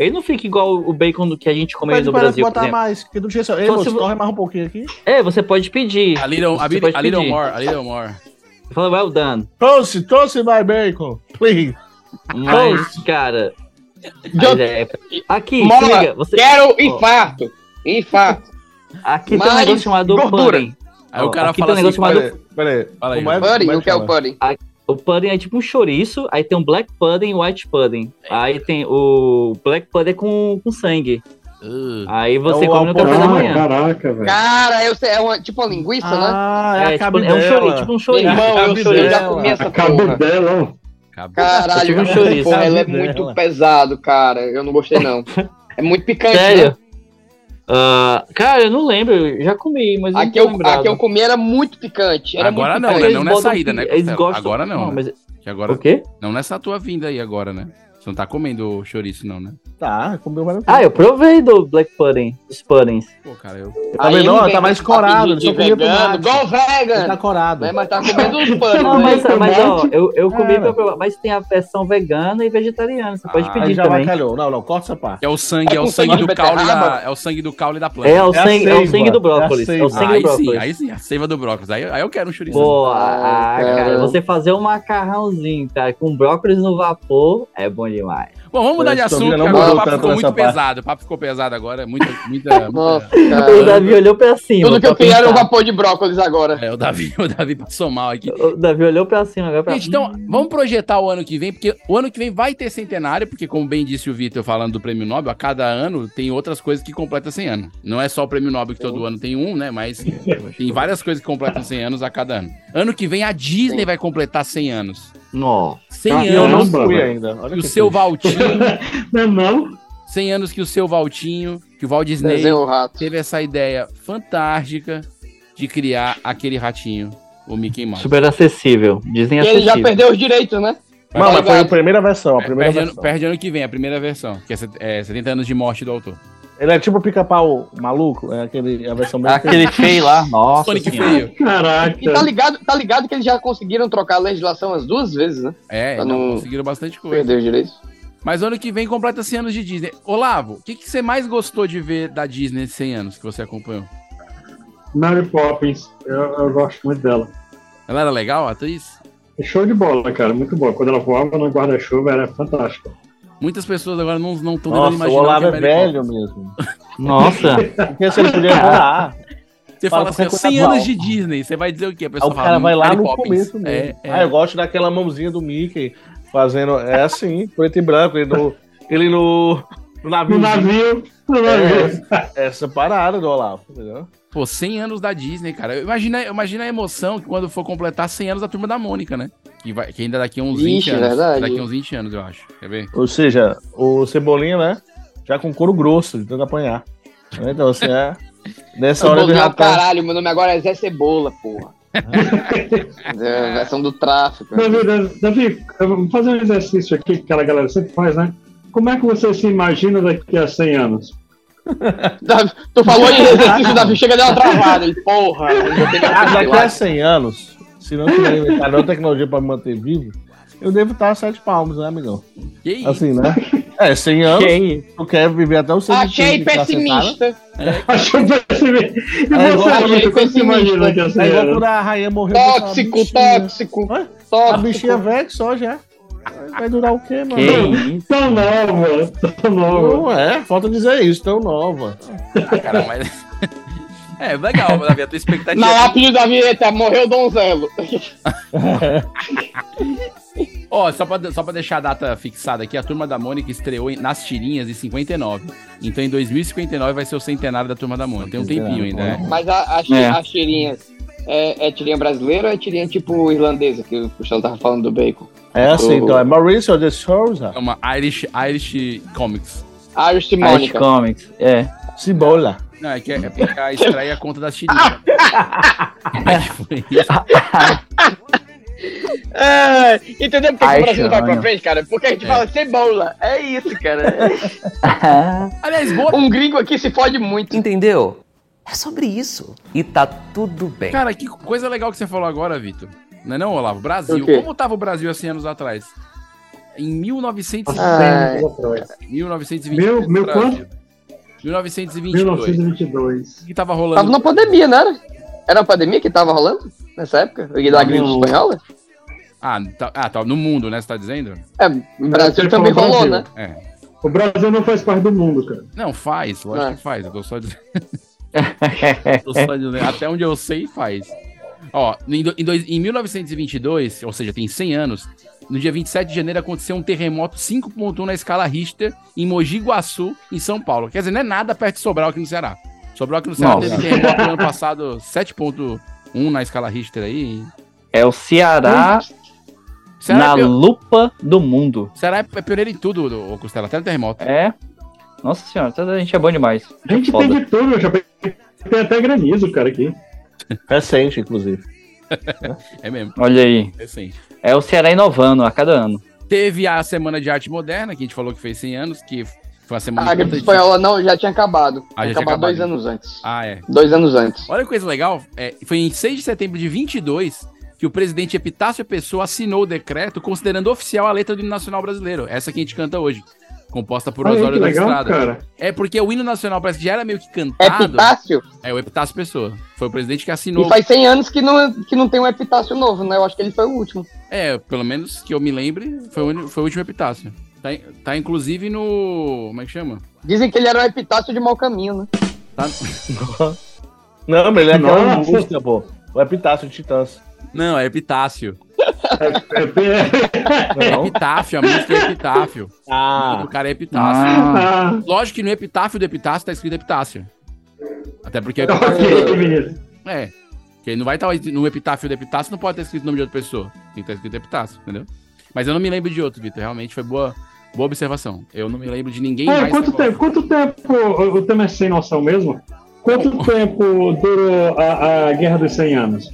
J: Ele não fica igual o bacon do que a gente come
F: Mas
J: no
F: parece
J: Brasil, por
F: botar
J: exemplo.
F: mais. Porque não tinha só. Ei,
J: Só se
F: moço,
J: vo-
F: corre mais um pouquinho aqui.
J: É, você pode pedir.
B: A little, a
J: Você
B: bit-
J: pode
B: a little
J: pedir.
B: more, a little more.
J: Você fala, well done.
F: Trouxe, trouxe mais bacon. Please.
J: Mas, cara. mas é- Aqui, se
I: Mola,
J: liga, você-
I: quero
J: ó,
I: infarto. Infarto.
J: Aqui tem um
I: mais
J: negócio chamado
I: gordura.
J: pudding.
B: Aí
J: Ó,
B: o cara
J: aqui
B: fala
J: tem um negócio
B: assim,
J: chamado
F: Peraí,
B: Fala aí,
J: Como é-
B: João.
J: como é que
I: o que é o
J: chama?
I: pudding?
J: A- o pudding é tipo um chouriço, aí tem um black pudding e white pudding.
B: É.
J: Aí tem o black pudding é com, com sangue.
B: Uh.
J: Aí você
F: É o
J: come no café da
F: algodão.
J: manhã.
L: Caraca, velho.
I: Cara, eu sei, é uma, tipo uma linguiça,
F: Ah,
J: é,
F: é,
J: tipo, é um chouriço, tipo um chouriço.
I: né? Irmão, eu, sei, eu já comi essa porra.
L: dela,
J: Eu tive
I: Caralho,
J: um
I: essa
J: chouriço.
I: porra, ela é
J: Cabidela.
I: muito pesado, cara. Eu não gostei, não. É muito picante,
J: Sério?
I: né?
J: Ah, cara, eu não lembro, eu já comi, mas eu
I: A que
F: é
I: eu,
J: não tô
I: a
J: lembrado.
I: que eu comi era muito picante. Era
B: Agora
I: muito
B: não, né?
I: picante.
B: Não
J: Eles
B: nessa
J: botam
B: ida, né?
J: que- eles
B: Costela?
J: gostam-
B: Agora não.
J: Não,
B: né?
J: mas-
B: Que agora...
J: O quê?
B: Não nessa tua vinda aí agora, né? Você não tá comendo chouriço, não, né?
F: Tá, comeu várias
J: Ah, eu provei do black pudding, dos puddings.
B: Pô, cara, eu.
F: Tá
I: Aí
F: vendo?
I: ele
F: Ó,
I: vem
F: Tá
I: com
F: mais
I: esse
F: corado.
I: papinho
F: Ele
I: de
F: só comia
I: vegano,
F: tomate.
I: Igual vegan.
F: Ele tá corado.
I: Né? Mas tá comendo uns panos.
J: Não,
I: né?
J: mas, mas ó,
I: Tomate.
J: eu, eu comi
F: É.
J: pra provar, mas tem a versão vegana e vegetariana, você pode
B: Ah,
J: pedir
F: Aí já
J: também.
F: avacalhou. Não, não, corta essa parte.
B: É o sangue,
J: É
B: é, o
J: com
B: sangue
J: sangue
B: do
J: de
B: caule da,
J: beterraba?
B: é o sangue do caule da planta.
J: É o,
B: a
J: sangue, é o
F: seiva,
J: sangue
F: é
J: do
F: a
J: brócolis. É, o
F: seiva.
J: sangue
B: aí
J: do brócolis.
B: sim, aí sim, a seiva do brócolis. Aí, aí eu quero um chouriço.
J: Boa, ah, cara,
B: cara.
J: você fazer um macarrãozinho, cara, com brócolis no vapor é bom demais.
B: Bom, vamos mudar de
F: Essa
B: assunto,
F: vida
B: que
F: não
B: agora o
F: mudou
B: papo
F: tanto
B: ficou
F: nessa
B: muito
F: parte.
B: pesado. O papo ficou pesado agora. Muita, muita.
I: Nossa,
J: O
I: cara.
J: Davi olhou pra cima. tá
I: Tudo que eu
J: pra
I: queria era um
J: pensar.
I: vapor de brócolis agora.
B: É, o Davi, o Davi passou mal aqui.
J: O Davi olhou pra cima agora pra
B: Gente, então, vamos projetar o ano que vem, porque o ano que vem vai ter centenário, porque, como bem disse o Vitor falando do prêmio Nobel, a cada ano tem outras coisas que completam 100 anos. Não é só o prêmio Nobel que todo ano tem um, né? Mas tem várias coisas que completam 100 anos a cada ano. Ano que vem a Disney vai completar 100 anos. Não. 100
F: Ah,
B: anos.
F: eu não fui ainda. Olha
B: que o
F: que
B: seu
F: triste.
B: Valtinho.
L: não, não.
B: 100 anos que o seu Valtinho, que o Walt Disney
I: Desenho o
B: teve essa ideia fantástica de criar aquele ratinho, o Mickey Mouse.
J: Super acessível. Dizem
I: E ele
J: acessível.
I: já perdeu os direitos, né?
B: Não, mas foi a
F: primeira versão. A primeira
B: perde, Ano,
F: versão.
B: perde ano que vem, a primeira versão, que é set- é 70 anos de morte do autor.
F: Ele é tipo o pica-pau maluco, é aquele, a versão bem
B: Aquele feio lá, nossa Sonic senhora. feio.
I: E
L: É.
I: tá ligado, tá ligado que eles já conseguiram trocar a legislação as duas vezes, né?
B: É,
F: Tá
I: Pra
B: então
I: não
B: conseguiram bastante coisa.
I: perder os direitos.
B: Mas ano que vem completa 100 anos de Disney. Olavo, o que, que você mais gostou de ver da Disney nesses 100 anos que você acompanhou?
L: Mary Poppins, eu, eu gosto muito dela.
B: Ela era legal, a atriz?
L: É Show de bola, cara, muito boa. Quando ela voava no guarda-chuva era fantástica.
B: Muitas pessoas agora não estão tão
F: Nossa, o Olavo é velho
B: mesmo.
F: Nossa. Porque se ele
B: Ah,
F: podia voar.
B: Você
F: Fala
B: fala assim, ó,
F: qualquer
B: 100
F: coisa
B: anos
F: mal.
B: de Disney, você vai dizer o quê? A
F: Aí o
B: pessoa "Hum,
F: cara vai lá
B: Mary
F: no
B: Poppins.
F: começo mesmo.
B: É, é.
F: Ah, eu gosto daquela mãozinha do Mickey fazendo. É assim, preto e branco. Ele no. Ele no, no navio.
B: No navio, no navio.
F: É, essa parada do Olavo, entendeu?
B: Pô, 100 anos da Disney, cara. Imagina, imagina a emoção que quando for completar 100 anos da Turma da Mônica, né? Que, vai, que ainda daqui a uns 20
F: Ixi,
B: anos.
F: verdade.
B: Daqui a uns 20 anos, eu acho. Quer ver?
F: Ou seja, o Cebolinha, né? Já com couro grosso, de tanto apanhar. Né, Então, assim, é. Nessa hora ele
I: Cebolinha é
F: já tá,
I: o caralho, meu nome agora é Zé Cebola, porra. é, a versão do tráfico.
L: Davi, Davi, Davi, eu vou fazer um exercício aqui que aquela galera sempre faz, né? Como é que você se imagina daqui a 100 anos?
I: Davi, tu falou em exercício, Davi, chega deu uma travada, ele, porra.
F: Ah, daqui a 100 anos, se não tiver inventado outra tecnologia pra me manter vivo, eu devo estar a 7 palmos, né, amigão?
B: Que isso?
F: Assim, né? É, 100 anos,
B: Que
F: tu quer viver até os 100
I: Achei é
F: tá
I: pessimista.
L: Achei pessimista. E você, Davi, como se imagina daqui a 100
F: Aí vou
L: anos?
F: por a rainha morreu.
L: Tóxico,
I: tóxico,
F: A bichinha é velha que só já. Vai durar o quê, mano?
L: isso? Tão nova, tão nova.
F: Não é, falta dizer isso, tão nova.
B: Ah, cara, mas... É, legal, Davi, a tua expectativa.
I: Na lápide do Davi, eita, morreu o donzelo.
B: Ó, só, pra, só pra deixar a data fixada aqui, a Turma da Mônica estreou em- nas tirinhas em 59. Então em 2059 vai ser o centenário da Turma da Mônica. Tem um tempinho ainda, né?
I: Mas a, a, chi-
B: É.
I: as tirinhas, é, é tirinha brasileira ou é tirinha tipo irlandesa, que o Gustavo tava falando do bacon?
F: É assim,
I: Do-
F: então, é Mauricio de Souza.
B: É uma Irish, Irish Comics.
I: Irish Mônica.
J: Comics, é.
F: Cibola.
B: Não, é que é, é porque a estreia conta das tirinhas.
I: É, entendeu porque
B: Ai,
I: o Brasil não vai pra
B: Xana.
I: frente, cara? Porque a gente
B: É.
I: fala cebola. É isso, cara.
B: Aliás,
I: Um gringo aqui se fode muito.
R: Entendeu? É sobre isso. E tá tudo
F: Ah!
R: bem.
B: Cara, que coisa legal que você falou agora, Vitor. Não é não, Olavo? Brasil.
R: O quê?
B: Como tava o Brasil há 100 anos atrás? Em 1920...
I: assim? É.
L: Ai.
B: 1920.
L: Meu, meu quanto?
B: 1922.
L: 1922.
B: O que tava rolando?
L: Tá
I: Tava na pandemia, não era? Era uma pandemia que tava rolando nessa época? Da gripe
B: Não.
I: espanhola?
B: Ah, tá, ah, tá no mundo, né? Você tá dizendo?
I: É, o Brasil
L: Ele
I: também
L: falou
I: rolou,
L: Brasil.
I: né?
B: É.
L: O Brasil não faz parte do mundo, cara.
B: Não, faz, lógico
L: É.
B: que faz. Eu tô só dizendo. tô só dizendo. né, Até onde eu sei, faz. Ó, em, do- em dois- em 1922, ou seja, tem 100 anos, no dia 27 de janeiro aconteceu um terremoto 5.1 na escala Richter em Mogi Guaçu, em São Paulo. Quer dizer, não é nada perto de Sobral aqui no Ceará. Sobral aqui no Ceará
J: Nossa.
B: teve terremoto no ano passado 7.1 na escala Richter aí.
J: É o Ceará
I: Hum,
B: Ceará
J: na
B: é pior-
J: lupa do mundo.
B: O Ceará é é pioneiro em tudo, ô Costela, até no terremoto.
J: É. Nossa senhora, toda a gente é bom demais.
L: A gente tem de tudo, eu já pe- tem até granizo, cara, aqui.
F: Recente, inclusive.
B: é mesmo.
J: Olha aí.
B: É sim.
J: É o Ceará inovando a cada ano.
B: Teve a Semana de Arte Moderna, que a gente falou que fez 100 anos, que foi uma semana
I: Ah, A gripe
B: importante.
I: espanhola não, já tinha acabado.
B: Ah, já tinha
I: acabado dois
B: acabado.
I: anos antes.
B: Ah, é.
I: Dois anos antes.
B: Olha que coisa legal, é, foi em 6 de setembro de 22 que o presidente Epitácio Pessoa assinou o decreto considerando oficial a letra do hino nacional brasileiro, essa que a gente canta hoje, composta por
L: Olha aí,
B: Osório
L: que
B: da
L: legal,
B: Estrada.
L: cara.
B: É porque o hino nacional parece que já era meio que cantado.
I: Epitácio?
B: É, o Epitácio Pessoa. Foi o presidente que assinou.
I: E faz 100 anos que não, que não tem um epitácio novo, né? Eu acho que ele foi o último.
B: É, pelo menos que eu me lembre, foi o, uni- foi o último Epitácio. Tá, in- tá inclusive no... como é que chama?
I: Dizem que ele era um epitácio de mau caminho, né?
B: Tá...
F: Não, mas ele é aquela
B: Nossa.
F: música, pô. O é Epitácio de Titãs.
B: Não, é Epitácio. É Epitáfio, a música é Epitáfio.
F: Ah.
B: O cara é Epitácio.
F: Ah.
B: Lógico que no Epitáfio do Epitácio tá escrito Epitácio. tá Até porque é
L: Ok,
B: Epitácio.
L: beleza.
B: É. Que Porque aí não vai estar no epitáfio do epitácio, não pode ter escrito o nome de outra pessoa. Tem que estar escrito epitácio, entendeu? Mas eu não me lembro de outro, Vitor. Realmente foi boa, boa observação. Eu não me lembro de ninguém
L: É,
B: mais.
L: quanto tempo, quanto tempo, o o tema é sem noção mesmo? Quanto tempo durou a, a Guerra dos 100 Anos?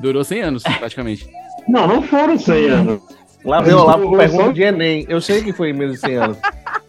B: Durou 100 anos, praticamente.
L: Não, não foram 100 anos.
F: Lá vem o Olavo
L: Eu- eu
F: pergunta
L: só-
F: de Enem. Eu sei que foi em menos de 100 anos.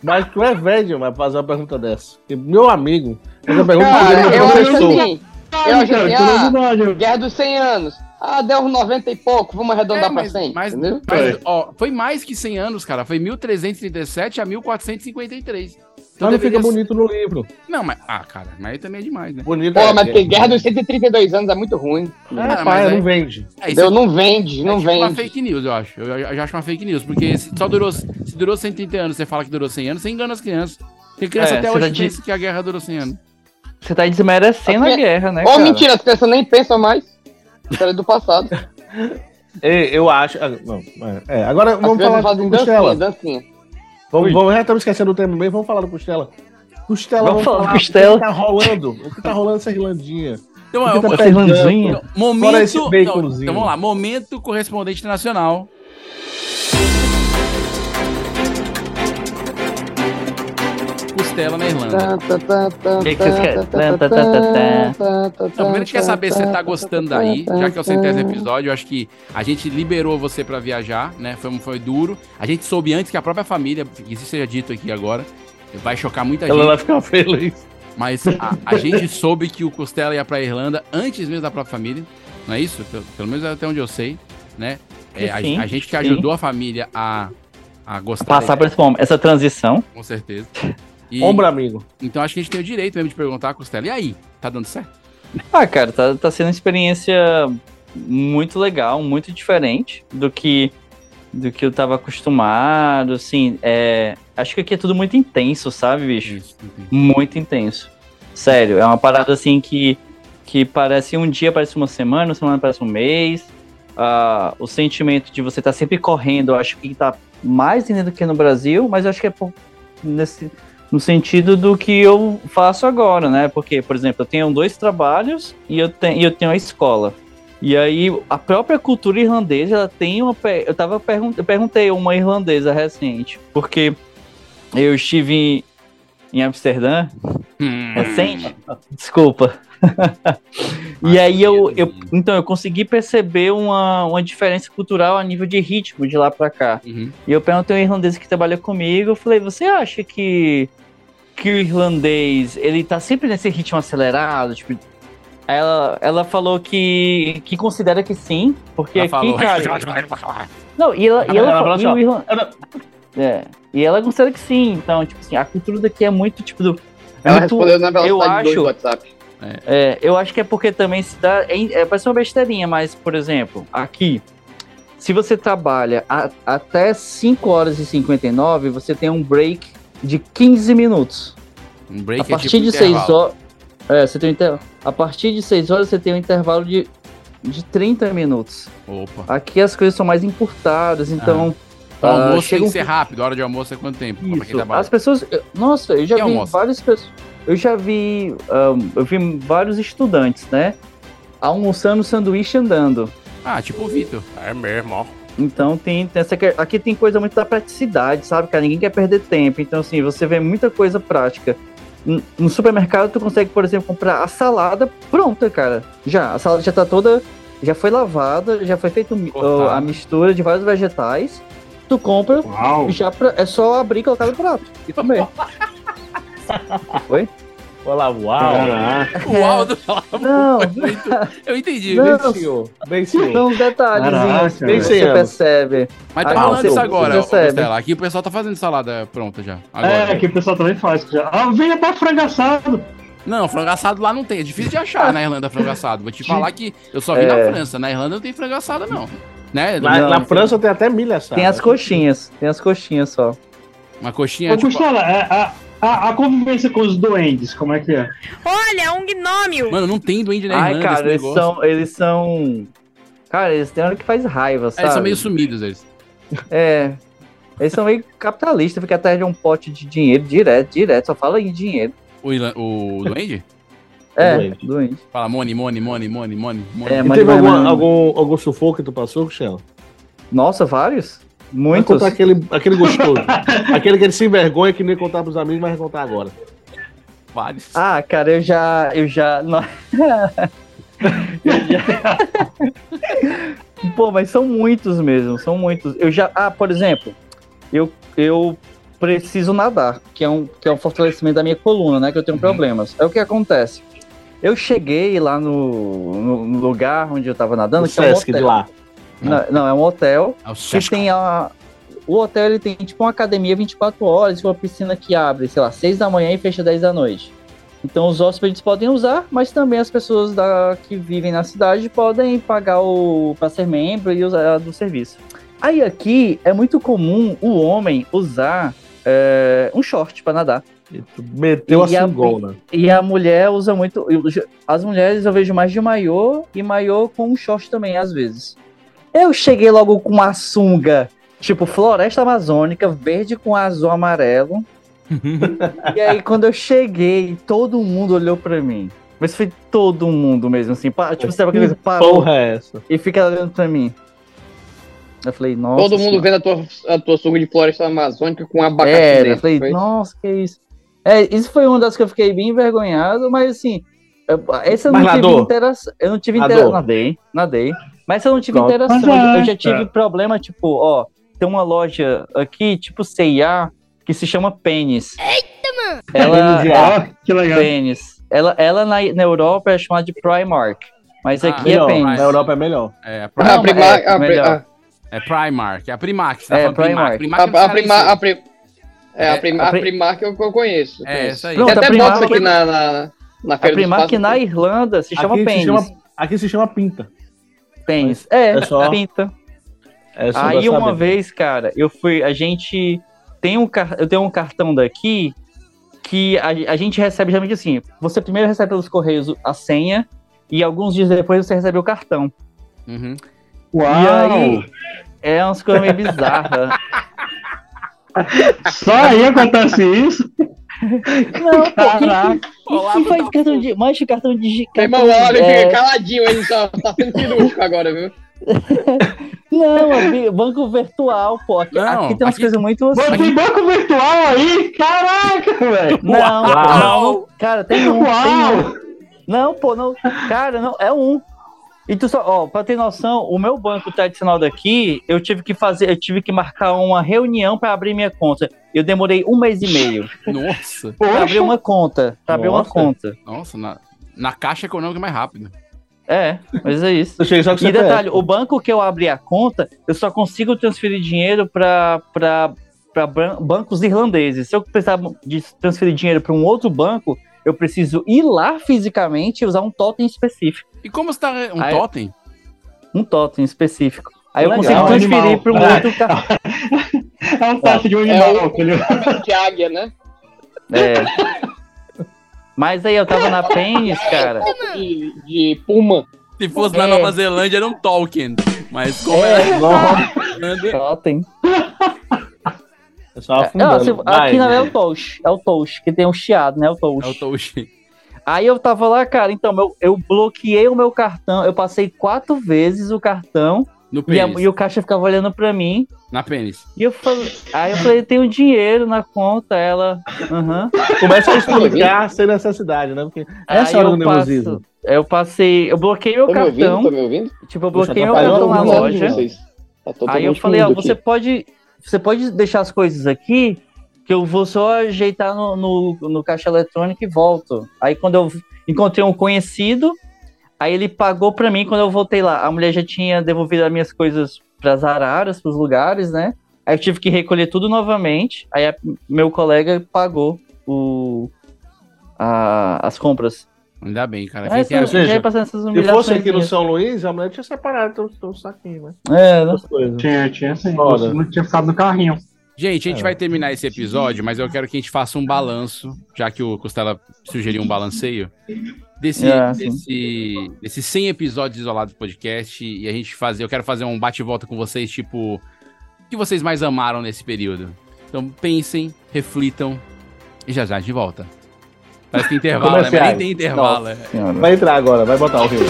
F: Mas tu é velho, vai fazer uma pergunta dessa. E Meu amigo, essa pergunta
B: um
I: Cara,
F: é
I: eu
F: uma
I: acho
F: pessoa.
I: assim.
J: Tá,
I: Eu acho
F: Cara,
I: assim,
F: que
I: ah, Guerra dos 100 anos. Ah, deu uns 90 e pouco, vamos arredondar pra 100.
B: É, Mas,
I: entendeu?
B: mas, ó, foi mais que 100 anos, cara. Foi 1337 a 1453. Então
F: Mas não
B: deveria
F: fica
B: ser-
F: bonito no livro.
B: Não, mas. Ah, cara, mas aí também é demais, né?
F: Bonito é. Ah,
I: Pô, mas porque Guerra dos 132 anos é muito ruim.
B: Cara, mas aí- É, isso
I: eu
B: é-
I: não vende, não
B: é tipo uma
I: vende.
B: fake news, eu acho. Eu, eu já acho uma fake news, porque se só durou, se durou 130 anos, você fala que durou 100 anos, você engana as crianças. Tem criança
J: É,
B: até
J: você
B: hoje
J: tá
B: que
J: de-
B: pensa que a guerra durou 100 anos.
J: Você tá desmerecendo a guerra, né?
I: Ô,
J: cara?
I: mentira, as crianças nem pensam mais. História do passado.
F: É, Eu acho. ah, não, é, é. Agora
I: As
F: vamos
I: crianças
F: falar
I: fazem
F: do
I: dancinha,
F: Costela.
I: dancinha.
F: Vamos, vamos, já estamos esquecendo o tema bem, vamos falar do Costela. Costela,
J: Vamos falar do
F: o que
J: Costela.
F: tá rolando? O que tá rolando essa Irlandinha?
B: Então,
F: o que
B: ó,
F: tá
B: ó,
F: pegando?
B: Irlandinha? Momento.
F: Fora esse
B: não,
F: baconzinho.
B: então vamos lá, momento correspondente nacional. Costela na Irlanda.
I: que
B: que vocês querem? Não,
I: Primeiro
B: primeiro a gente quer saber se você tá gostando daí, já que é o centésimo episódio, eu acho que a gente liberou você pra viajar, né? Foi, um- foi duro. A gente soube antes que a própria família, que isso seja dito aqui agora, vai chocar muita
F: Ela
B: gente.
F: vai ficar feliz.
B: Mas a, a gente soube que o Costela ia pra Irlanda antes mesmo da própria família, não é isso? Pelo, pelo menos até onde eu sei, né? É, a,
J: Sim,
B: a gente que
J: sim.
B: ajudou a família a, a gostar.
J: Passar
B: da-
J: por esse momento, essa transição.
B: Com certeza.
J: Ombro amigo.
B: Então acho que a gente tem o direito mesmo de perguntar, Costela, e aí? Tá dando certo?
J: Ah, cara, tá, tá sendo uma experiência muito legal, muito diferente do que do que eu tava acostumado, assim, é, acho que aqui é tudo muito intenso, sabe, bicho? Muito intenso. Sério, é uma parada assim que que parece um dia parece uma semana, uma semana parece um mês. Ah, o sentimento de você estar sempre correndo, eu acho que tá mais ainda do que no Brasil, mas eu acho que é por, nesse, no sentido do que eu faço agora, né? Porque, por exemplo, eu tenho dois trabalhos e eu, te, e eu tenho a escola. E aí, a própria cultura irlandesa, ela tem uma. pe- Eu, tava pergun eu perguntei a uma irlandesa recente, porque eu estive em, em Amsterdã
B: Hum. é
J: recente. Desculpa. e aí eu, eu então eu consegui perceber uma, uma diferença cultural a nível de ritmo de lá pra cá.
B: Uhum.
J: E eu perguntei ao irlandês que trabalha comigo, eu falei: "Você acha que que o irlandês, ele tá sempre nesse ritmo acelerado, tipo ela, ela falou que, que considera que sim, porque
B: Ela
J: aqui,
B: falou.
J: cara. não, e ela, e ela,
B: Ela
J: fa-
B: falou
J: e o
B: assim, ó,
J: irlan- é, e ela considera que sim, então, tipo assim, a cultura daqui é muito, tipo, do,
I: Ela
J: muito-
I: respondeu na
J: eu
I: velocidade
J: acho,
I: do WhatsApp.
J: é, eu acho que é porque também se dá. É, é, parece uma besteirinha, mas, por exemplo, aqui, se você trabalha a- até 5 horas e 59, você tem um break de 15 minutos.
B: Um break
J: a partir
B: tipo
J: de 6
B: intervalo.
J: horas. É, você tem um inter- A partir de 6 horas você tem um intervalo de, de 30 minutos.
B: Opa.
J: Aqui as coisas são mais encurtadas, então.
B: O
J: ah,
B: almoço
J: chega
B: tem que
J: um
B: ser rápido, a hora de almoço é quanto tempo? Pra quem
J: isso.
B: trabalha?
J: As pessoas. eu- Nossa, eu já
B: Quem
J: vi
B: almoça?
J: várias pessoas. Eu já vi. ahn, eu vi vários estudantes, né? Almoçando sanduíche andando.
B: Ah, tipo o Vitor. É mesmo, ó.
J: Então tem, tem essa que- aqui tem coisa muito da praticidade, sabe, cara? Ninguém quer perder tempo. Então assim, você vê muita coisa prática. N- No supermercado tu consegue, por exemplo, comprar a salada pronta, cara. Já a salada já tá toda, já foi lavada, já foi feita a mistura de vários vegetais. Tu compra, já pra- é só abrir e colocar no prato e comer. Oi?
F: Olá, uau.
L: né?
J: Caraca.
B: O Aldo
J: Não.
B: Eu entendi.
J: Não. um
B: Bem,
F: senhor. Bem,
B: senhor.
J: São uns detalhezinhos
B: Caraca,
J: que
B: velho.
J: você percebe.
B: Mas tá
J: Ah,
B: rolando
J: você-
B: isso
J: você
B: agora, ó,
J: percebe.
B: Costela. Aqui o pessoal tá fazendo salada pronta já.
L: É,
B: Agora.
L: que o pessoal também faz. que já- Ah, vem até frango assado.
B: Não, frango assado lá não tem. É difícil de achar na Irlanda frango assado. Vou te falar que eu só vi
J: É.
B: na França. Na Irlanda não tem frango assado, não. Né?
F: Na,
B: Não,
F: na
B: não
F: França tem até milha assada.
J: Tem as coxinhas, tem as coxinhas só.
B: Uma coxinha tipo,
L: Ô, Costela, é, a, a, a convivência com os duendes, como é que é?
S: Olha, um gnômio!
B: Mano, não tem duende na
J: Ai,
B: Irlanda esse
J: cara, eles
B: negócio.
J: são, eles são. Cara, eles têm hora que faz raiva,
B: É,
J: sabe?
B: eles são meio sumidos, eles.
J: É. Eles são meio capitalistas, fica atrás de um pote de dinheiro direto, direto, só fala em dinheiro.
B: O, Irlan- o duende?
T: É,
B: doente. Fala, Mone, Mone, Mone, Mone, Mone.
J: É,
B: Mone.
F: e teve alguma- algum, algum sufoco que tu passou, Cristiano?
J: Nossa, vários?
F: Vai
J: Muitos.
F: contar aquele, aquele gostoso. aquele que ele se envergonha que nem contar pros amigos, mas vai contar agora.
B: Vários.
J: Ah, cara, eu já. Eu já. no- Eu já- Pô, mas são muitos mesmo, são muitos. Eu já. Ah, por exemplo, eu, eu preciso nadar, que é, um, que é um fortalecimento da minha coluna, né? Que
F: Uhum.
J: eu tenho problemas. É o que acontece. Eu cheguei lá no, no- no lugar onde eu tava nadando,
F: O
J: que é um
F: Sesc de
J: hotel.
F: lá.
J: Não, não, é um hotel
B: o
J: que tem a. O hotel ele tem tipo uma academia 24 horas e uma piscina que abre, sei lá, 6 da manhã e fecha 10 da noite. Então os hóspedes podem usar, mas também as pessoas da, que vivem na cidade podem pagar o para ser membro e usar do serviço. Aí aqui é muito comum o homem usar é, um short para nadar.
F: Meteu assim um a
J: E a-
F: singona.
J: E a mulher usa muito. eu- As mulheres eu vejo mais de maiô e maiô com um short também, às vezes. Eu cheguei logo com uma sunga, tipo floresta amazônica, verde com azul amarelo. e aí, quando eu cheguei, todo mundo olhou pra mim. Mas foi todo mundo mesmo, assim. pa- Tipo, sabe aquela coisa?
F: Que
J: Parou.
F: porra é essa?
J: E fica olhando pra mim. Eu falei, nossa.
I: Todo mundo
J: senhora.
I: vendo a tua, a tua sunga de floresta amazônica com abacaxi
J: É, eu
I: dentro,
J: falei,
I: foi?
J: nossa, que isso. É, isso foi uma das que eu fiquei bem envergonhado, mas assim, eu- essa eu não
F: Mas
J: tive
F: nadou?
J: interação. Eu não tive
F: Nadou?
J: interação. Nadei, nadei. Mas eu não tive
F: Pronto.
J: interação.
F: Mas
J: eu-
F: é,
J: eu já tive
F: é.
J: problema, tipo, ó, tem uma loja aqui, tipo C&A, que se chama Pênis. Eita, mano! Ela, é
L: Ah, que legal.
J: Pênis. Ela, ela na, na Europa é chamada de Primark, mas
B: Ah,
J: aqui
B: melhor,
J: é Pênis.
B: na Europa
F: é melhor.
B: É, a Primark.
J: Ah, Primark,
B: é,
J: ah,
B: melhor.
J: ah.
B: é Primark. É a Primark. Você
J: É,
B: falando
J: Primark.
B: Primark é dos
I: A- a
B: caras
I: Prima-
B: em si.
I: a Pri- É, a, Prima-
J: a
I: a
J: Pri-
I: Primark eu, eu conheço. eu
B: É,
I: conheço.
B: essa aí.
I: Tem
J: Pronto,
I: até
J: a Primark-
I: box aqui na, na, na
J: A
I: Feira do
J: Primark
I: Espaço.
J: na Irlanda se chama
F: aqui,
J: Pênis.
F: se chama, aqui se chama pinta.
J: Pênis. É,
F: É só-
J: pinta.
F: É só
J: Aí
F: pra
J: uma
F: saber.
J: vez, cara, eu fui. A gente tem um car- eu tenho um cartão daqui que a, a gente recebe geralmente assim. Você primeiro recebe pelos correios a senha e alguns dias depois você recebe o cartão.
B: Uhum.
J: E aí é umas coisas meio bizarras.
L: Só aí acontece isso?
J: Não, pô, quem,
L: Caraca.
J: que- quem que faz cartão de mancha cartão de
I: Irmão, olha,
J: É.
I: fica caladinho, ele tá, tá sendo cirúrgico agora, viu?
J: é, Não, amigo, banco virtual, pô. Aqui,
B: Não,
J: aqui tem umas coisas muito assim.
L: Mas tem banco virtual aí? Caraca, velho.
J: Não,
L: Uau.
J: não, cara, tem um, tem um. Não, pô, não. Cara, não, é um. E tu só, ó, pra ter noção, o meu banco tradicional daqui, eu tive que fazer, eu tive que marcar uma reunião pra abrir minha conta. Eu demorei um mês e meio
B: Nossa.
J: pra abrir uma conta, pra abrir uma
B: Nossa.
J: conta.
B: Nossa, na, na caixa econômica é mais rápido.
J: É, mas é isso.
F: Eu cheguei só com
J: e
F: CPF.
J: detalhe, o banco que eu abri a conta, eu só consigo transferir dinheiro pra, pra, pra ban- bancos irlandeses. Se eu precisar de transferir dinheiro pra um outro banco, eu preciso ir lá fisicamente e usar um totem específico.
B: E como está um
J: Aí-
B: totem?
J: Um totem específico. Aí eu
B: Legal,
J: consigo transferir
L: animal.
J: pra um
L: Ah.
J: outro cartão.
L: É um tacho de um
I: É
L: animal,
I: o-
L: filho.
I: de águia, né?
J: É. Mas aí eu tava na pênis, cara.
I: De, de puma.
B: Se fosse na
J: É.
B: Nova Zelândia, era um Tolkien. Mas como
J: É.
B: era
J: Totem.
F: É só
J: Ah, se-
F: afundando.
J: aqui
F: Vai,
J: não é
F: né?
J: o Touch, é o Touch, que tem um chiado, né? O Touch.
B: É o Tolkien.
J: Aí eu tava lá, cara, então eu, eu bloqueei o meu cartão, eu passei quatro vezes o cartão
B: No
J: e, a-
B: pênis.
J: e o caixa ficava olhando pra mim.
B: Na pênis.
J: E eu falei, aí eu falei, tem um dinheiro na conta, ela. Aham.
F: Começa a explicar sem necessidade, né? Porque
J: Aí
F: essa hora do
J: eu passo-
F: nervosismo.
J: Eu passei, eu bloqueei meu
I: Tô Tá me
J: cartão.
I: ouvindo? Tô me ouvindo? Tá
J: Tipo, eu
I: Poxa,
J: bloqueei meu
I: atrapalhou
J: cartão na
I: todo mundo de
J: loja.
I: vocês. Tá todo
J: Aí eu
I: mundo
J: falei, ó,
I: mudo
J: você
I: aqui.
J: pode. Você pode deixar as coisas aqui, que eu vou só ajeitar no, no, no caixa eletrônico e volto. Aí quando eu encontrei um conhecido, aí ele pagou pra mim quando eu voltei lá. A mulher já tinha devolvido as minhas coisas pras araras, pros lugares, né? Aí eu tive que recolher tudo novamente. Aí a- meu colega pagou o, a- as compras.
B: Ainda bem, cara.
J: Mas,
B: Quem tem
J: ou
B: a-
J: seja, passando essas
F: é assim, Se fosse aqui no
J: humilhaçõezinhas.
F: São Luís, a mulher tinha separado teu, teu saquinho, né?
J: É, né?
F: Essas coisas.
L: Tinha, tinha sim.
F: Foda.
L: Não tinha ficado no carrinho.
B: Gente, a gente
F: É.
B: vai terminar esse episódio, mas eu quero que a gente faça um balanço, já que o Costela sugeriu um balanceio, desse,
J: É, sim.
B: desse, desses 100 episódios isolados do podcast. E a gente fazer, eu quero fazer um bate-volta com vocês, tipo, o que vocês mais amaram nesse período? Então pensem, reflitam e já já a gente volta. Mas tem intervalo, né? Mas nem tem intervalo. é.
F: Vai entrar agora, vai botar o Rio.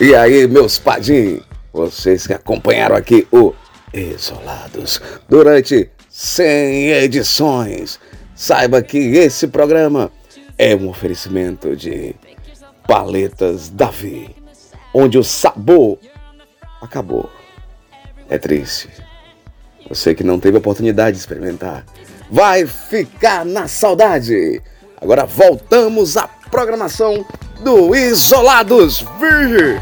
H: E aí, meus padim, vocês que acompanharam aqui o Isolados durante 100 edições, saiba que esse programa é um oferecimento de Paletas Davi, onde o sabor acabou. É triste. Você que não teve oportunidade de experimentar, vai ficar na saudade. Agora voltamos à programação do Isolados Virgem.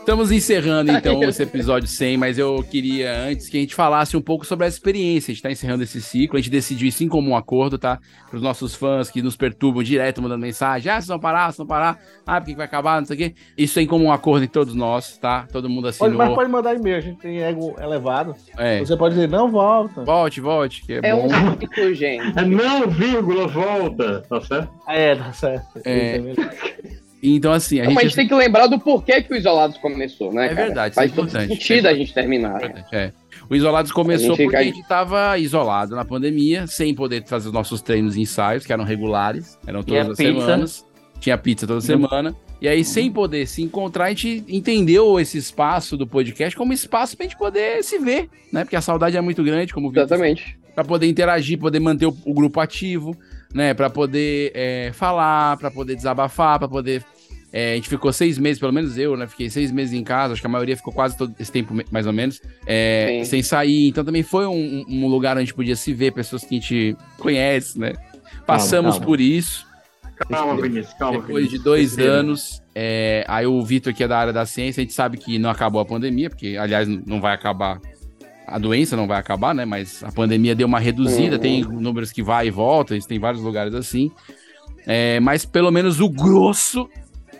B: Estamos encerrando então esse episódio 100, mas eu queria antes que a gente falasse um pouco sobre a experiência. A gente está encerrando esse ciclo, a gente decidiu isso em comum acordo, tá? Para os nossos fãs que nos perturbam direto mandando mensagem: ah, vocês vão parar, vocês vão parar, ah, porque vai acabar, não sei o quê. Isso é em comum acordo em todos nós, tá? Todo mundo
F: Pode,
B: assinou.
F: mas pode mandar e-mail, a gente tem ego elevado.
B: É.
F: Você pode dizer, não volta.
B: Volte, volte, que é,
I: É
J: Tá
B: bom.
I: um ciclo, gente.
L: É Não, vírgula, volta. Tá certo?
F: É, tá certo.
B: É. Então, assim, a
I: Não, mas a gente tem
B: gente.
I: que lembrar do porquê que o Isolados começou, né?
B: É
I: cara?
B: verdade,
I: Faz
B: isso é
I: todo
B: importante.
I: sentido a gente terminar. né?
B: É. O Isolados
I: A
B: começou
I: gente
B: porque
I: cai-
B: a gente estava isolado na pandemia, sem poder fazer os nossos treinos e ensaios, que eram regulares, eram todas
U: Tinha pizza.
B: as
U: Uhum.
B: semanas. Tinha pizza toda semana. E aí, sem poder se encontrar, a gente entendeu esse espaço do podcast como espaço pra gente poder se ver, né? Porque a saudade é muito grande, como o Victor
I: Exatamente.
B: Pra poder interagir, poder manter o, o grupo ativo, né? Pra poder é, falar, pra poder desabafar, pra poder. é, a gente ficou seis meses, pelo menos eu, né? Fiquei seis meses em casa, acho que a maioria ficou quase todo esse tempo, me- mais ou menos, é,
I: Sim.
B: sem sair. Então também foi um, um lugar onde a gente podia se ver, pessoas que a gente conhece, né? Passamos
L: calma.
B: por isso.
L: Calma, Vinícius, calma.
B: Depois de
L: Vinícius.
B: dois
L: Respira.
B: anos, é, aí o Vitor, que é da área da ciência, a gente sabe que não acabou a pandemia, porque, aliás, n- não vai acabar. A doença não vai acabar, né? Mas a pandemia deu uma reduzida,
U: Uhum.
B: tem números que vai e volta, isso tem vários lugares assim. É, mas pelo menos o grosso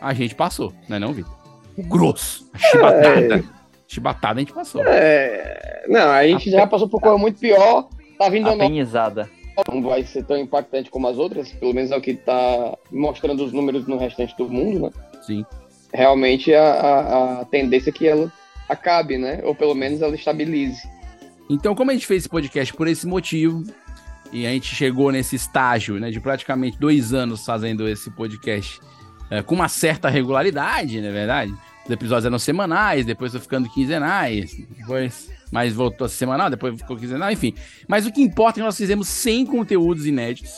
B: a gente passou, né, não, Vitor? O grosso. A
L: É.
B: chibatada. Chibatada a gente passou.
I: É, Não, a gente já passou por coisa muito pior. Tá
J: Ah,
I: vindo a nova.
U: Apenizada.
I: Não vai ser tão impactante como as outras, pelo menos é o que tá mostrando os números no restante do mundo, né?
B: Sim.
I: Realmente a, a, a tendência é que ela acabe, né? Ou pelo menos ela estabilize.
B: Então, como a gente fez esse podcast por esse motivo, e a gente chegou nesse estágio, né, de praticamente dois anos fazendo esse podcast é, com uma certa regularidade, na é verdade? Os episódios eram semanais, depois foi ficando quinzenais, depois mais voltou a ser semanal, depois ficou quinzenal, enfim. Mas o que importa é que nós fizemos 100 conteúdos inéditos.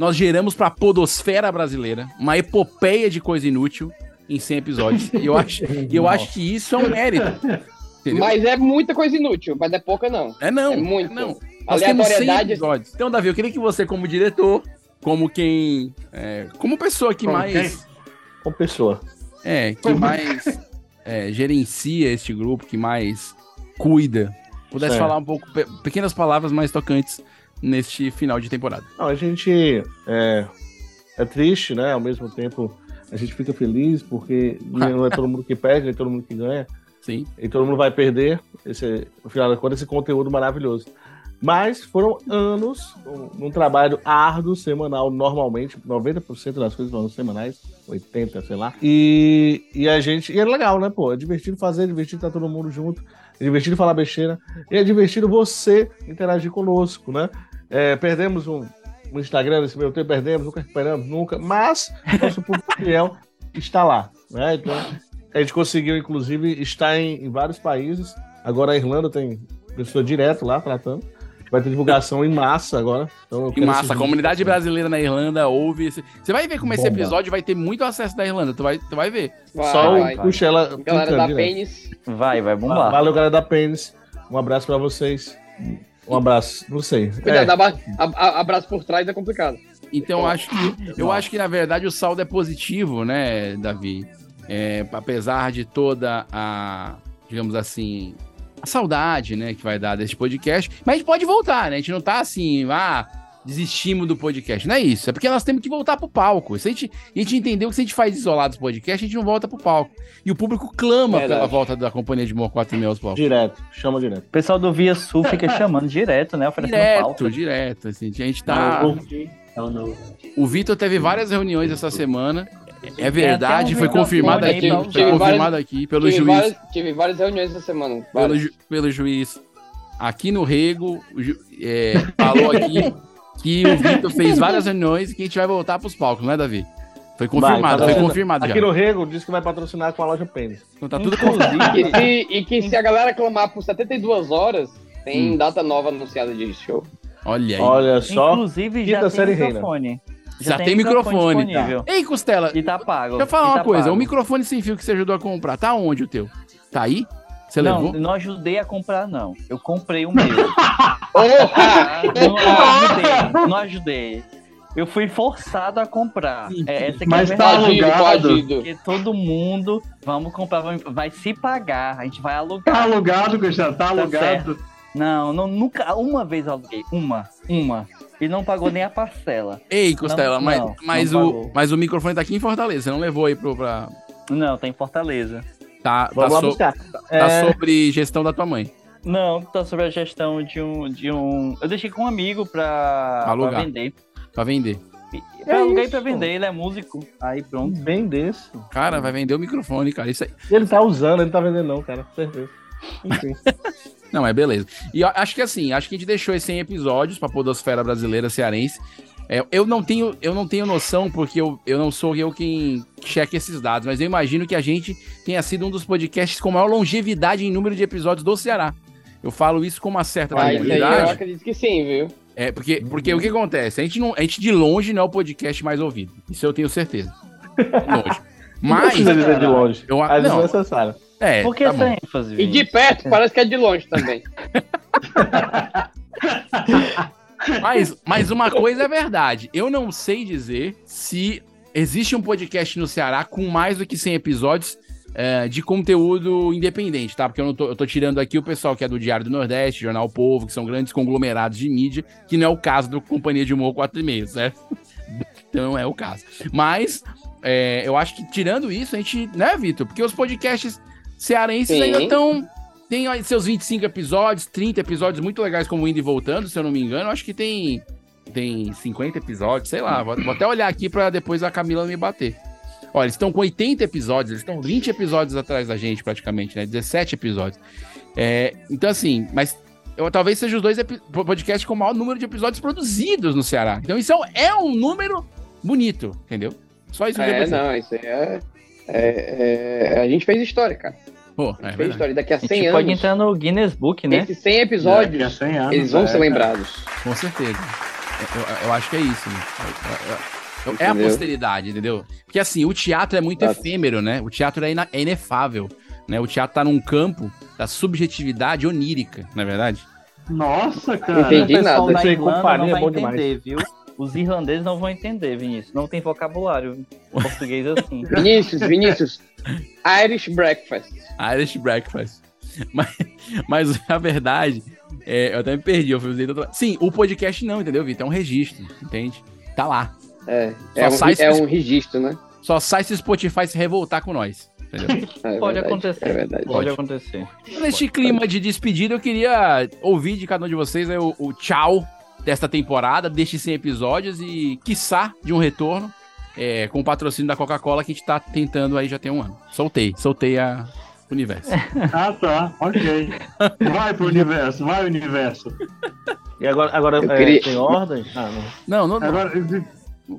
B: Nós geramos para a podosfera brasileira uma epopeia de coisa inútil em 100 episódios. E eu acho, e eu acho que isso é um mérito. Entendeu?
I: Mas é muita coisa inútil, mas não é pouca, não.
B: É não.
I: É muito.
B: não. Nós temos 100
I: Aleatoriedade.
B: episódios. Então, Davi, eu queria que você, como diretor, como quem. é, como pessoa que
F: Como
B: mais.
F: Com pessoa.
B: É, que
F: Como-
B: mais é, gerencia este grupo, que mais cuida, pudesse
F: Certo.
B: falar um pouco, pe- pequenas palavras mais tocantes neste final de temporada.
F: Não, a gente é, é triste, né? Ao mesmo tempo, a gente fica feliz porque não é todo mundo que perde, nem todo mundo que ganha.
B: Sim.
F: E todo mundo vai perder, esse, no final da conta, esse conteúdo maravilhoso. Mas foram anos num- num trabalho árduo, semanal, normalmente. 90% das coisas foram semanais, 80%, sei lá. E, e a gente. E é legal, né, pô? É divertido fazer, é divertido estar todo mundo junto, é divertido falar besteira, e é divertido você interagir conosco, né? É, perdemos um, um Instagram nesse meio tempo, perdemos, nunca recuperamos, nunca, mas nosso público fiel está lá, né? Então, a gente conseguiu, inclusive, estar em, em vários países. Agora a Irlanda tem pessoa direto lá tratando. Vai ter divulgação em massa agora. Então eu
B: Que
F: quero
B: massa, a
F: esses
B: comunidade brasileira na Irlanda ouve. esse- Você vai ver como esse
F: Bomba.
B: episódio vai ter muito acesso da Irlanda, tu vai, tu vai ver.
I: Vai,
B: um
F: Só o-
I: vai.
F: puxa ela.
I: Galera tá
F: clica
I: da
F: direto.
I: Pênis.
U: Vai, vai
F: Va-
U: bombar.
F: Valeu, galera da Pênis. Um abraço pra vocês. Um abraço. Não sei.
I: Cuidado,
F: É,
I: aba- a- a- abraço por trás é complicado.
B: Então eu acho que eu acho que na verdade o saldo é positivo, né, Davi? É, apesar de toda a, digamos assim, a saudade, né, que vai dar desse podcast, mas a gente pode voltar, né? A gente não tá assim, ah, desistimos do podcast. Não é isso. É porque nós temos que voltar pro palco. Se a, gente, a gente entendeu que se a gente faz isolados podcast, a gente não volta pro palco. E o público clama
U: Verdade.
B: pela volta da companhia de Humor 4 e meio aos palcos.
F: É, Direto, chama direto.
U: O pessoal do Via Sul fica chamando direto, né? Oferecendo
B: Direto,
U: pauta.
B: direto. Assim, a gente tá.
U: Não,
B: Não, não. O Vitor teve várias reuniões essa semana. É verdade,
I: Tem até um
B: foi
I: microfone
B: confirmado aqui,
I: aí,
B: foi
I: então. Tive
B: confirmado
I: várias-
B: aqui pelo
I: tive
B: juiz.
I: várias- tive várias reuniões essa semana.
B: pelo, ju- pelo juiz aqui no Rego, o ju- é, falou aqui que o Vitor fez várias reuniões e que a gente vai voltar pros palcos, não é, Davi? Foi confirmado,
F: Vai, tá
B: foi
F: vendo?
B: confirmado
F: Aqui
B: já.
F: no Rego disse que vai patrocinar com a loja Pênis.
B: Então tá tudo
I: E, se, e que se a galera clamar por 72 horas, tem
F: Hum.
I: data nova anunciada de show.
B: Olha aí.
F: Olha só.
U: Inclusive,
F: Quinta
U: já
F: série
U: tem
F: reina.
U: microfone.
B: Já, tem, microfone.
U: disponível.
B: Ei, Costela.
U: E tá pago.
B: Deixa eu falar
U: e
B: uma
U: tá
B: coisa.
U: pago.
B: O microfone sem fio que você ajudou a comprar, tá onde o teu? Tá aí? Você
U: não,
B: levou?
U: não ajudei a comprar, não. Eu comprei o meu. Ah,
I: Tá
U: não, ajudei, não ajudei. Eu fui forçado a comprar. É, essa aqui
L: Mas
U: é a
L: tá
U: verdade.
L: alugado.
U: Porque todo mundo, vamos comprar, vai- vai se pagar. A gente vai alugar.
L: Tá alugado, Cristiano, tá
U: Tá
L: alugado.
U: certo. Não, não, nunca. Uma vez eu aluguei. Uma. Uma. E não pagou nem a parcela.
B: Ei, Costela,
U: Não,
B: mas,
U: não,
B: mas,
U: não
B: o,
U: pagou.
B: mas o microfone tá aqui em Fortaleza. Você não levou aí pro, pra.
U: Não, tá em Fortaleza.
B: Tá,
U: Vamos
B: tá
U: lá
B: so-
U: buscar.
B: Tá
U: É.
B: sobre gestão da tua mãe.
U: Não, tá sobre a gestão de um. De um... Eu deixei com um amigo pra, pra
B: Alugar.
U: vender.
B: Pra vender.
U: Eu aluguei pra vender, ele é músico. Aí pronto.
F: Bem desse.
B: Cara, vai vender o microfone, cara. Isso aí.
F: Ele tá usando, ele não tá vendendo, não, cara. Com certeza. Enfim.
B: Não, é beleza. E eu acho que assim, acho que a gente deixou esses 100 episódios pra Podosfera Brasileira Cearense. É, eu, não tenho, eu não tenho noção, porque eu, eu não sou eu quem checa esses dados, mas eu imagino que a gente tenha sido um dos podcasts com maior longevidade em número de episódios do Ceará. Eu falo isso com uma certa
I: Mas Ah, isso aí eu
B: tranquilidade.
I: acredito que sim, viu?
B: É, porque, porque o que acontece? A gente, não, a gente de longe não é o podcast mais ouvido. Isso eu tenho certeza. De longe.
F: Não
B: Mas.
F: precisa dizer de longe.
B: Eu, a-
F: Às vezes é
B: não,
F: necessário.
B: é,
U: Por que
B: tá
U: essa
B: bom.
U: ênfase?
I: E de perto, parece que é de longe também.
B: Mas, mas uma coisa é verdade. Eu não sei dizer se existe um podcast no Ceará com mais do que 100 episódios eh, de conteúdo independente, tá? Porque eu, não tô, eu tô tirando aqui o pessoal que é do Diário do Nordeste, Jornal Povo, que são grandes conglomerados de mídia, que não é o caso do Companhia de Humor 4 e meio, certo? Então é o caso. Mas eh, eu acho que tirando isso, a gente, né, Vitor? Porque os podcasts cearenses
I: Sim.
B: ainda estão. Tem aí seus 25 episódios, 30 episódios muito legais, como Indo e Voltando, se eu não me engano. Eu Acho que tem, tem 50 episódios, sei lá. Vou, vou até olhar aqui pra depois a Camila me bater. Olha, eles estão com 80 episódios, eles estão 20 episódios atrás da gente, praticamente, né? 17 episódios. É, então, assim, mas eu, talvez seja os dois epi- podcasts com o maior número de episódios produzidos no Ceará. Então, isso é um- é um número bonito, entendeu? Só isso que eu
I: É,
B: queria dizer.
I: não, isso aí é, é- é- A gente fez história, cara. a
B: Pô, é
I: gente fez
B: verdade.
I: história. Daqui a
U: A gente
I: 100
U: pode
I: anos,
U: entrar no Guinness Book, né?
I: esses 100 episódios,
U: Daqui a 100 anos,
I: eles vão
U: é,
I: ser
U: cara.
I: lembrados.
B: Com certeza. Eu, eu- eu acho que é isso. né? Eu- eu- eu- É a
I: Entendeu?
B: posteridade, entendeu? Porque assim, o teatro é muito efêmero, né? O teatro é, ina- é inefável. Né? O teatro tá num campo da subjetividade onírica, não é verdade?
L: Nossa,
B: cara.
U: o pessoal da
B: nada. Isso aí,
U: Irlanda
B: companhia
U: não
B: é
U: vai
B: bom
U: entender, viu? Os irlandeses não vão entender, Vinícius. Não tem vocabulário em português
B: É
U: assim.
I: Vinícius, Vinícius. Irish Breakfast.
B: Irish Breakfast. Mas, mas a verdade, é, eu até me perdi. Eu fui usei outra- Sim, o podcast não, entendeu, Vitor? É um registro, entende? Tá lá.
I: É,
B: Só
I: é, um,
B: sai se
I: é
B: o
I: um registro, né?
B: Só sai se o Spotify se revoltar com nós. Entendeu?
I: É
U: Pode
I: verdade,
U: acontecer.
I: É verdade.
U: Pode acontecer.
B: Neste clima de despedida, eu queria ouvir de cada um de vocês né, o, o tchau desta temporada, destes 100 episódios e, quiçá, de um retorno é, com o patrocínio da Coca-Cola que a gente tá tentando aí já tem um ano. Soltei, soltei a o universo.
L: Ah, tá, ok. Vai pro universo, vai universo.
F: E agora, agora
B: Eu
F: é,
B: queria-
F: tem ordem? Ah, não.
B: Não, não, não.
L: Agora,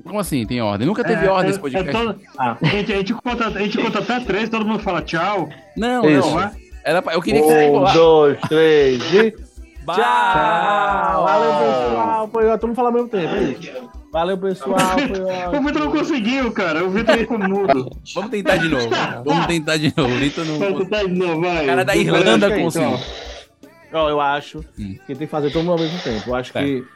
B: Como assim tem ordem? Nunca teve
L: É,
B: ordem esse
L: é-
B: podcast.
L: é todo- a, gente, a gente conta, a gente conta até três, todo mundo fala tchau.
B: Não,
F: Isso.
B: não. Era pra- eu queria que você
F: Um,
B: pulasse.
F: dois, três e.
B: Tchau!
F: Valeu, pessoal. Foi ótimo falar ao mesmo tempo. é isso. Valeu, pessoal. Foi
L: O
F: ótimo.
L: Vitor não conseguiu, cara. O Vitor ficou mudo.
B: Vamos tentar de novo. Vamos tentar de novo. Vitor não.
L: Vai tentar de novo, tá vai.
B: O cara da
L: Vai,
B: Irlanda
L: vai,
B: conseguiu.
L: então.
F: Ó, eu acho que tem que fazer todo mundo ao mesmo tempo. Eu acho que é isso.
B: Hum.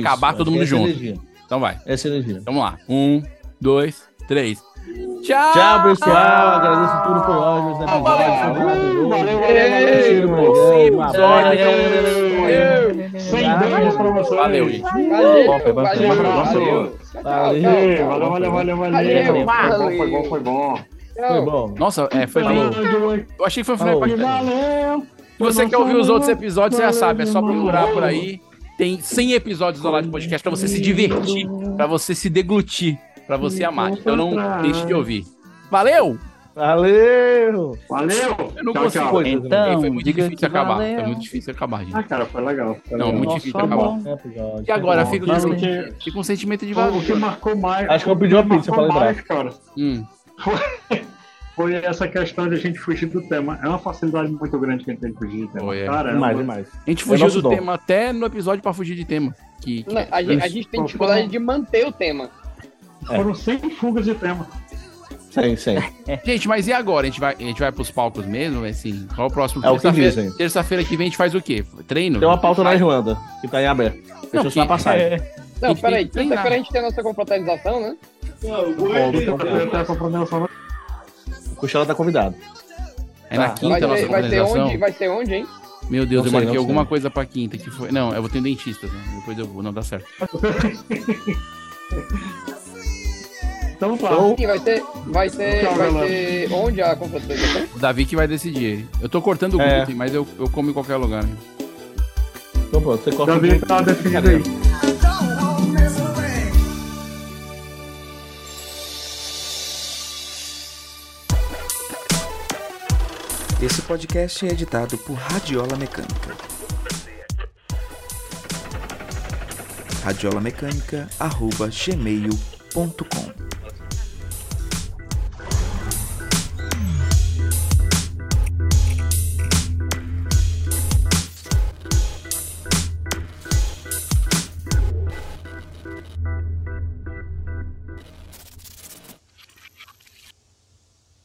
B: Acabar
F: Acho
B: todo
F: que
B: mundo
F: essa
B: junto.
F: energia.
B: Então vai.
F: Essa energia.
B: Vamos lá. Um, dois, três. Tchau!
F: Tchau, pessoal. Agradeço tudo. Foi ótimo. tá esse episódio. Foi maravilhoso. Ei,
B: valeu.
F: um abraço.
B: Ei,
F: Sem
L: Obrigado pelas informações.
B: Valeu, gente.
L: Valeu, valeu,
B: valeu.
L: Valeu, valeu, valeu, valeu, valeu. Foi bom, foi bom, foi bom.
B: Foi bom. Nossa, é, foi bem. Eu achei que foi foi bacana.
L: Valeu.
B: Se você quer ouvir os outros episódios, você já sabe, é só procurar por aí. Tem 100 episódios do Live Podcast pra você se divertir, pra você se deglutir, pra você amar. Então não deixe de ouvir. Valeu!
F: Valeu!
L: Valeu!
B: Eu não
L: Tchau,
B: consigo.
L: tchau.
B: coisa,
L: Então,
B: foi muito
L: diga que
B: difícil acabar.
L: valeu.
B: Foi muito difícil acabar, gente.
L: Ah, cara, foi legal. foi
B: Não,
L: legal.
B: muito difícil acabar.
F: É,
B: E agora, fica com,
L: Sabe o que-
B: fica com um sentimento de
L: o
B: vazio.
L: que marcou mais.
B: Acho que eu
L: o
B: pedi uma
L: marcou
B: pizza pra lembrar.
L: mais, cara,
B: Hum.
L: foi essa questão de a gente fugir do tema. É uma facilidade muito grande que a gente tem de fugir do tema.
B: Foi, é.
L: Caramba.
B: Demais, demais. A
F: É
B: gente fugiu do tema até no episódio pra fugir de tema. Que, que-
I: Não, a, gente, a gente tem dificuldade de manter o tema.
L: Foram 100 fugas de tema.
F: Sim, sim.
B: Gente, mas e agora? A gente vai, a gente vai pros palcos mesmo? Assim, qual o próximo?
F: É o que
B: Terça-feira-
F: dizem.
B: Terça-feira que vem a gente faz o quê? Treino?
F: Tem uma pauta na Irlanda, que tá em aberto. Deixa eu só
B: que- É.
F: passagem.
I: Não, peraí,
B: tem que
I: quinta-feira a gente tem a nossa confraternização, né?
F: O Cochela tá convidado.
B: É na
I: Vai
B: quinta a nossa
I: ser, vai ser
B: organização.
I: onde? Vai ser onde, hein?
B: Meu Deus,
F: Tá. Não
B: eu
F: sei,
B: marquei
F: não
B: alguma
F: sei.
B: coisa pra quinta que foi. Não, eu vou ter um dentista, né? depois eu vou, não dá certo.
L: Então
I: tá. Sim, vai ser, vai ser,
B: Tchau,
I: vai
B: galera.
I: ser onde a confraternização?
B: O Davi que vai decidir. Eu tô cortando o
F: É.
B: glúten, mas eu, eu como em qualquer lugar. né?
F: Então pronto, você corta
L: Davi
F: o-
L: tá definido aí.
R: Esse podcast é editado por Radiola Mecânica. radiolamecânica.gmail.com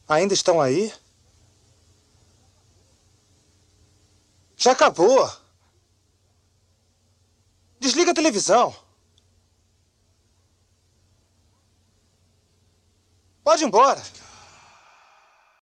V: Ainda estão aí? Já acabou. Desliga a televisão. Pode ir embora.